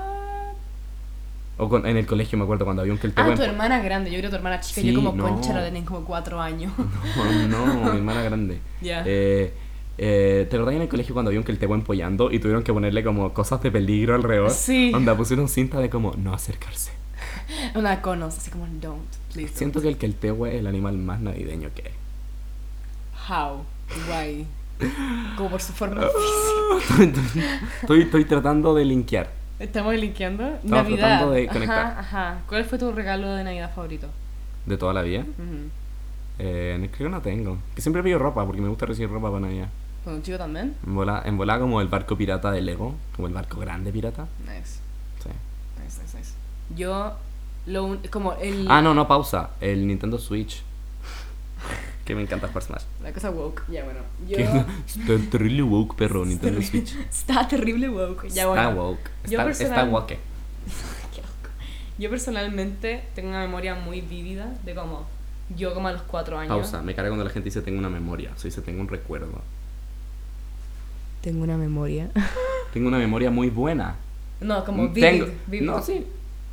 Speaker 1: O con- en el colegio me acuerdo cuando había un que el
Speaker 2: Ah,
Speaker 1: Tehuempo.
Speaker 2: tu hermana grande, yo creo tu hermana chica,
Speaker 1: Sí,
Speaker 2: yo como
Speaker 1: no.
Speaker 2: concha la tenía como cuatro años.
Speaker 1: No, no, mi hermana grande.
Speaker 2: Ya.
Speaker 1: Eh, eh, ¿Te acordás en el colegio cuando vieron que el te empollando y tuvieron que ponerle como cosas de peligro alrededor?
Speaker 2: Sí.
Speaker 1: Onda pusieron cinta de como no acercarse.
Speaker 2: Una conos, así como don't, please.
Speaker 1: Siento que el queltehue es el animal más navideño que hay.
Speaker 2: How? Why? Como por su forma física.
Speaker 1: Estoy, estoy tratando de linkear.
Speaker 2: Estamos linkeando. Navidad.
Speaker 1: tratando de conectar.
Speaker 2: Ajá, ajá. ¿Cuál fue tu regalo de Navidad favorito?
Speaker 1: De toda la vida.
Speaker 2: Ujú.
Speaker 1: Eh, creo que no tengo. Que siempre pido ropa porque me gusta recibir ropa para Navidad.
Speaker 2: ¿Con un chico también?
Speaker 1: En volada en volá como el barco pirata de Lego. Como el barco grande pirata.
Speaker 2: Nice.
Speaker 1: Sí.
Speaker 2: Nice, nice, nice. Yo, lo un- como el...
Speaker 1: Ah, no, no, pausa. El Nintendo Switch. que me encanta jugar Smash.
Speaker 2: La cosa woke. Ya, bueno. Yo...
Speaker 1: Que- Está terrible woke, perro, Nintendo Switch.
Speaker 2: Está terrible woke. Ya,
Speaker 1: Está
Speaker 2: bueno.
Speaker 1: woke.
Speaker 2: Yo
Speaker 1: Está, está
Speaker 2: personal-
Speaker 1: woke.
Speaker 2: Yo personalmente tengo una memoria muy vívida de cómo yo como a los cuatro años...
Speaker 1: Pausa. Me carga cuando la gente dice tengo una memoria. Se dice tengo un recuerdo.
Speaker 5: Tengo una memoria.
Speaker 1: Tengo una memoria muy buena.
Speaker 2: No, como vivid.
Speaker 1: Mm, tengo,
Speaker 2: vivid.
Speaker 1: No, sí.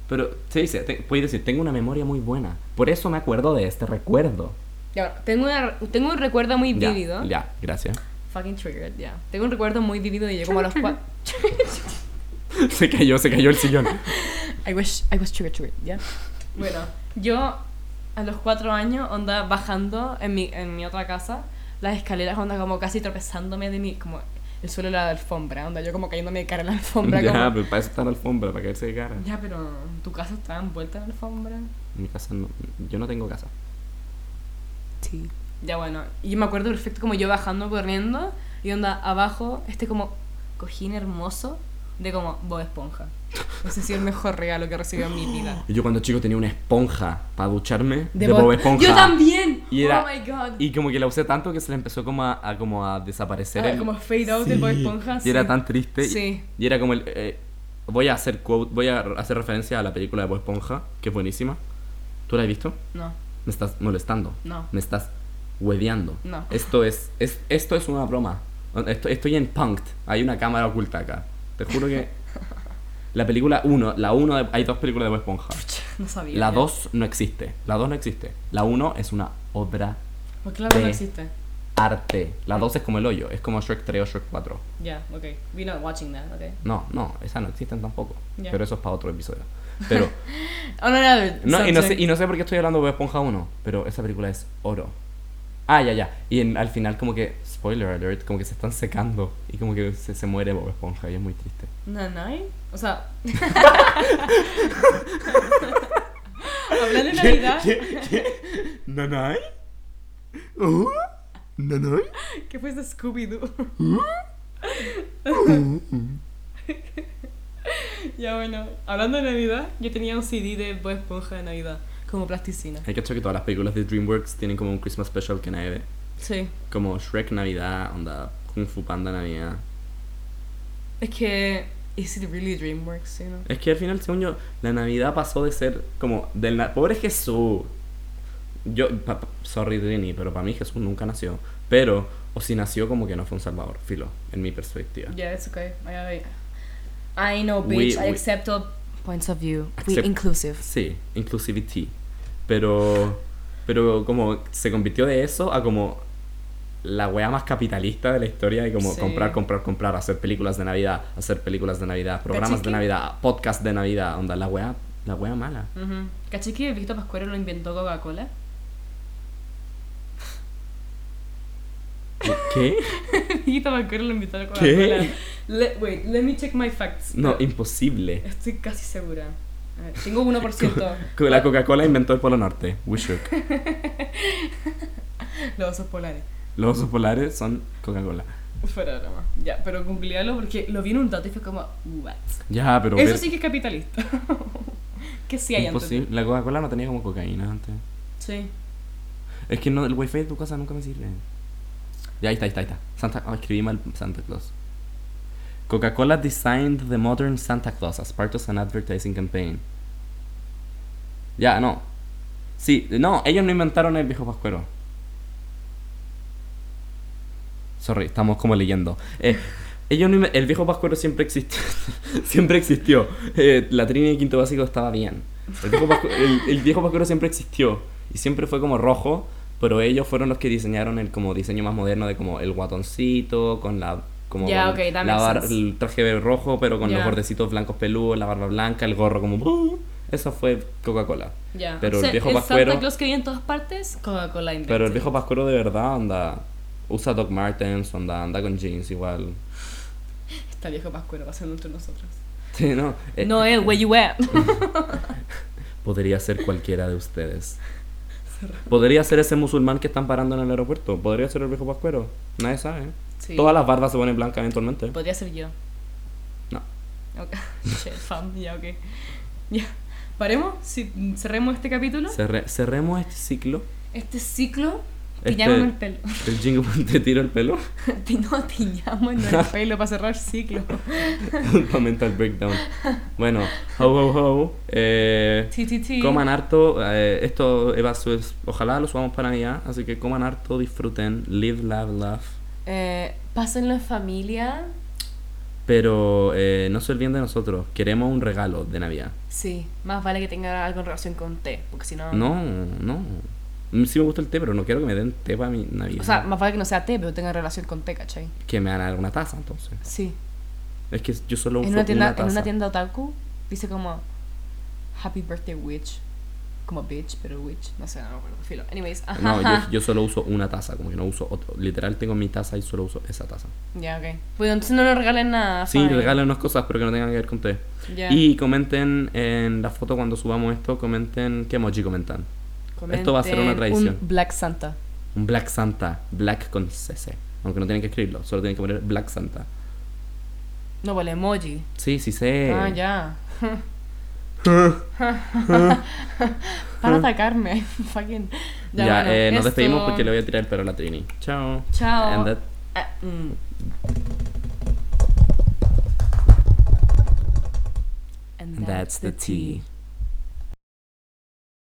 Speaker 1: Pero se dice, te- puedes decir, tengo una memoria muy buena. Por eso me acuerdo de este recuerdo.
Speaker 2: Ya, bueno, tengo, una- tengo un recuerdo muy
Speaker 1: Ya,
Speaker 2: vívido.
Speaker 1: ya, gracias.
Speaker 2: Fucking triggered, ya. Tengo un recuerdo muy vívido de yo como a los cuatro...
Speaker 1: se cayó, se cayó el sillón.
Speaker 5: I was, I was triggered, triggered, ¿ya?
Speaker 2: Bueno, yo a los cuatro años, onda, bajando en mi, en mi otra casa, las escaleras, onda, como casi tropezándome de mi, como el suelo de la alfombra, onda, yo como cayéndome de cara en la alfombra. como-
Speaker 1: ya, pero para eso está la alfombra, para caerse de cara.
Speaker 2: Ya, pero tu casa está envuelta en alfombra.
Speaker 1: Mi casa no, yo no tengo casa.
Speaker 5: Sí.
Speaker 2: Ya, bueno, y yo me acuerdo perfecto como yo bajando, corriendo, y onda, abajo, este como cojín hermoso de como Bob Esponja. Ese ha sido el mejor regalo que he recibido en mi vida.
Speaker 1: Y yo cuando chico tenía una esponja para ducharme de,
Speaker 2: Bob-
Speaker 1: Bob Esponja.
Speaker 2: ¡Yo también!
Speaker 1: Y era-
Speaker 2: ¡Oh, my God!
Speaker 1: Y como que la usé tanto que se le empezó como a, a como a desaparecer
Speaker 2: Ah,
Speaker 1: el-
Speaker 2: como fade out de Bob Esponja,
Speaker 1: Y era
Speaker 2: sí.
Speaker 1: tan triste. y-
Speaker 2: Sí.
Speaker 1: Y, era como el eh, voy a hacer quote, voy a hacer referencia a la película de Bob Esponja, que es buenísima. ¿Tú la has visto?
Speaker 2: No,
Speaker 1: Me estás molestando.
Speaker 2: No.
Speaker 1: Me estás hueveando.
Speaker 2: No.
Speaker 1: Esto es, es esto es una broma. Esto- estoy en Punked. Hay una cámara oculta acá. Te juro que la película 1, la 1 hay dos películas de Bob Esponja.
Speaker 2: no sabía.
Speaker 1: La
Speaker 2: ya.
Speaker 1: 2 no existe. La 2 no existe. La 1 es una obra
Speaker 2: ¿Por qué la verdad
Speaker 1: de-
Speaker 2: existe?
Speaker 1: arte. La 2 es como el hoyo, es como Shrek 3 o Shrek 4.
Speaker 2: Ya, ok. We're not watching that, ok.
Speaker 1: No, no, esas no existen tampoco.
Speaker 2: Ya.
Speaker 1: Pero eso es para otro episodio. Pero,
Speaker 2: On another
Speaker 1: no, y, no sé,
Speaker 2: subject.
Speaker 1: y no sé por qué estoy hablando de Bob Esponja 1, pero esa película es oro. Ah, ya, ya. Y en- al final como que, spoiler alert, como que se están secando y como que se, se muere Bob Esponja y es muy triste.
Speaker 2: ¿Nanay? O sea... Hablando de Navidad, ¿Qué,
Speaker 1: ¿Nanay?
Speaker 2: fue ese Scooby-Doo? ya bueno, hablando de Navidad, yo tenía un CD de Bob Esponja de Navidad, como plasticina.
Speaker 1: Hay que hecho que todas las películas de DreamWorks tienen como un Christmas special que nadie ve.
Speaker 2: Sí.
Speaker 1: Como Shrek Navidad, onda Kung Fu Panda Navidad.
Speaker 2: Es que... Is it really DreamWorks, you know?
Speaker 1: Es que al final, según yo, la Navidad pasó de ser como del na- pobre Jesús. Yo, pa- pa- sorry Trini, pero para mí Jesús nunca nació. Pero, o si nació, como que no fue un salvador, filo, en mi perspectiva.
Speaker 2: Yeah, it's okay. I, I, I know,
Speaker 1: We-
Speaker 2: bitch.
Speaker 1: we-
Speaker 2: I accept all...
Speaker 5: Points of view. We
Speaker 1: Accept-
Speaker 5: inclusive.
Speaker 1: Sí, inclusivity. Pero, pero como se convirtió de eso a como la wea más capitalista de la historia y como
Speaker 2: Sí.
Speaker 1: comprar, comprar, comprar, hacer películas de Navidad, hacer películas de Navidad, programas
Speaker 2: ¿Cachai
Speaker 1: de
Speaker 2: que-
Speaker 1: Navidad, podcast de Navidad, onda, la wea, la wea mala.
Speaker 2: Ujú. Mm-hmm. ¿Caché que Víctor Pascuero lo inventó Coca-Cola?
Speaker 1: ¿Qué?
Speaker 2: Víctor Pascuero lo inventó a Coca-Cola.
Speaker 1: ¿Qué?
Speaker 2: Le- wait, let me check my facts.
Speaker 1: No, imposible.
Speaker 2: Estoy casi segura. A ver, tengo 1%.
Speaker 1: Co- La Coca-Cola inventó el Polo Norte. We shook.
Speaker 2: los osos polares.
Speaker 1: Los osos polares son Coca-Cola.
Speaker 2: Fuera de broma. Ya, pero googlealo porque lo vi en un dato y fue como, what?
Speaker 1: Ya, pero.
Speaker 2: Eso
Speaker 1: ver-
Speaker 2: sí que es capitalista. que sí hay antes.
Speaker 1: imposible. La Coca-Cola no tenía como cocaína antes.
Speaker 2: Sí.
Speaker 1: Es que no, el wifi de tu casa nunca me sirve. Ya, ahí está, ahí está, ahí está. Santa, ah, escribí mal Santa Claus. Coca-Cola designed the modern Santa Claus as part of an advertising campaign. Ya, no. Sí, no, ellos no inventaron el viejo pascuero. Sorry, estamos como leyendo. Eh, ellos no inve- el viejo Pascuero siempre existió. siempre existió. Eh, la Trini de quinto básico estaba bien. El viejo, Pascu- el- el viejo Pascuero siempre existió. Y siempre fue como rojo. Pero ellos fueron los que diseñaron el como diseño más moderno de como el guatoncito, con la. Como
Speaker 2: Ya,
Speaker 1: con
Speaker 2: ok, that
Speaker 1: la
Speaker 2: makes
Speaker 1: bar-
Speaker 2: sense.
Speaker 1: el traje rojo, pero con
Speaker 2: Ya.
Speaker 1: los bordecitos blancos peludos, la barba blanca, el gorro como. Eso fue Coca-Cola.
Speaker 2: Ya.
Speaker 1: Pero
Speaker 2: O sea,
Speaker 1: el viejo
Speaker 2: Santa
Speaker 1: Pascuero.
Speaker 2: Claus que vive en todas partes, Coca-Cola inventa.
Speaker 1: Pero el viejo Pascuero de verdad anda. Usa Doc Martens, onda, anda con jeans igual.
Speaker 2: Está el viejo Pascuero pasando entre nosotros.
Speaker 1: Sí, no. eh,
Speaker 2: No, el where you at.
Speaker 1: Podría ser cualquiera de ustedes. Podría ser ese musulmán que están parando en el aeropuerto. Podría ser el viejo Pascuero. Nadie sabe. ¿eh?
Speaker 2: Sí. Pues,
Speaker 1: Todas las barbas se ponen blancas eventualmente.
Speaker 2: Podría ser yo.
Speaker 1: No.
Speaker 2: Ok. Shit, fam. Ya, ok. Ya. ¿Paremos? Si cerremos este capítulo.
Speaker 1: Cerre- cerremos este ciclo.
Speaker 2: Este ciclo.
Speaker 1: Este-
Speaker 2: Tiñamos el pelo.
Speaker 1: El jingle te tiro el pelo.
Speaker 2: Ti- No, tiñamos no el pelo para cerrar ciclo.
Speaker 1: Para mental breakdown. Bueno, ho ho ho. Eh,
Speaker 2: Ti, ti, ti.
Speaker 1: Coman harto, eh, esto Eva, su- ojalá lo subamos para Navidad, así que coman harto, disfruten, live, love, love.
Speaker 2: Eh, pásenlo en familia.
Speaker 1: Pero eh, no se olviden de nosotros, queremos un regalo de Navidad.
Speaker 2: Sí, más vale que tenga algo en relación con té, porque si no...
Speaker 1: No, no. Mm, Sí me gusta el té, pero no quiero que me den té para mi Navidad.
Speaker 2: O sea, más vale que no sea té, pero tenga relación con té, ¿cachai?
Speaker 1: que me dan alguna taza, entonces.
Speaker 2: Sí.
Speaker 1: Es que yo solo
Speaker 2: En
Speaker 1: uso
Speaker 2: una tienda, en
Speaker 1: taza.
Speaker 2: una tienda otaku dice como Happy Birthday Witch. Como bitch, pero witch. No sé, no me acuerdo. Filo. Anyways, ajá.
Speaker 1: No, yo,
Speaker 2: ajá.
Speaker 1: yo solo uso una taza, como que no uso otro. Literal tengo mi taza y solo uso esa taza.
Speaker 2: Ya, ok. Pues entonces no nos regalen nada.
Speaker 1: Sí,
Speaker 2: fine.
Speaker 1: regálenos cosas, pero que no tengan que ver con té.
Speaker 2: Ah, Ya.
Speaker 1: Y comenten en la foto cuando subamos esto, comenten qué emoji comentan. esto va a ser una
Speaker 2: Comenten
Speaker 1: tradición.
Speaker 2: Un Black Santa.
Speaker 1: Un Black Santa, Black con CC. Aunque no tienen que escribirlo, solo tienen que poner Black Santa.
Speaker 2: No, vale, emoji.
Speaker 1: Sí, sí sé.
Speaker 2: Ah, ya. Para atacarme. Fucking.
Speaker 1: Ya, eh, nos
Speaker 2: esto-
Speaker 1: despedimos porque le voy a tirar el perro a la Trini. Chao.
Speaker 2: Chao.
Speaker 1: And that-
Speaker 2: Ah, mm.
Speaker 5: And
Speaker 1: that's the tea.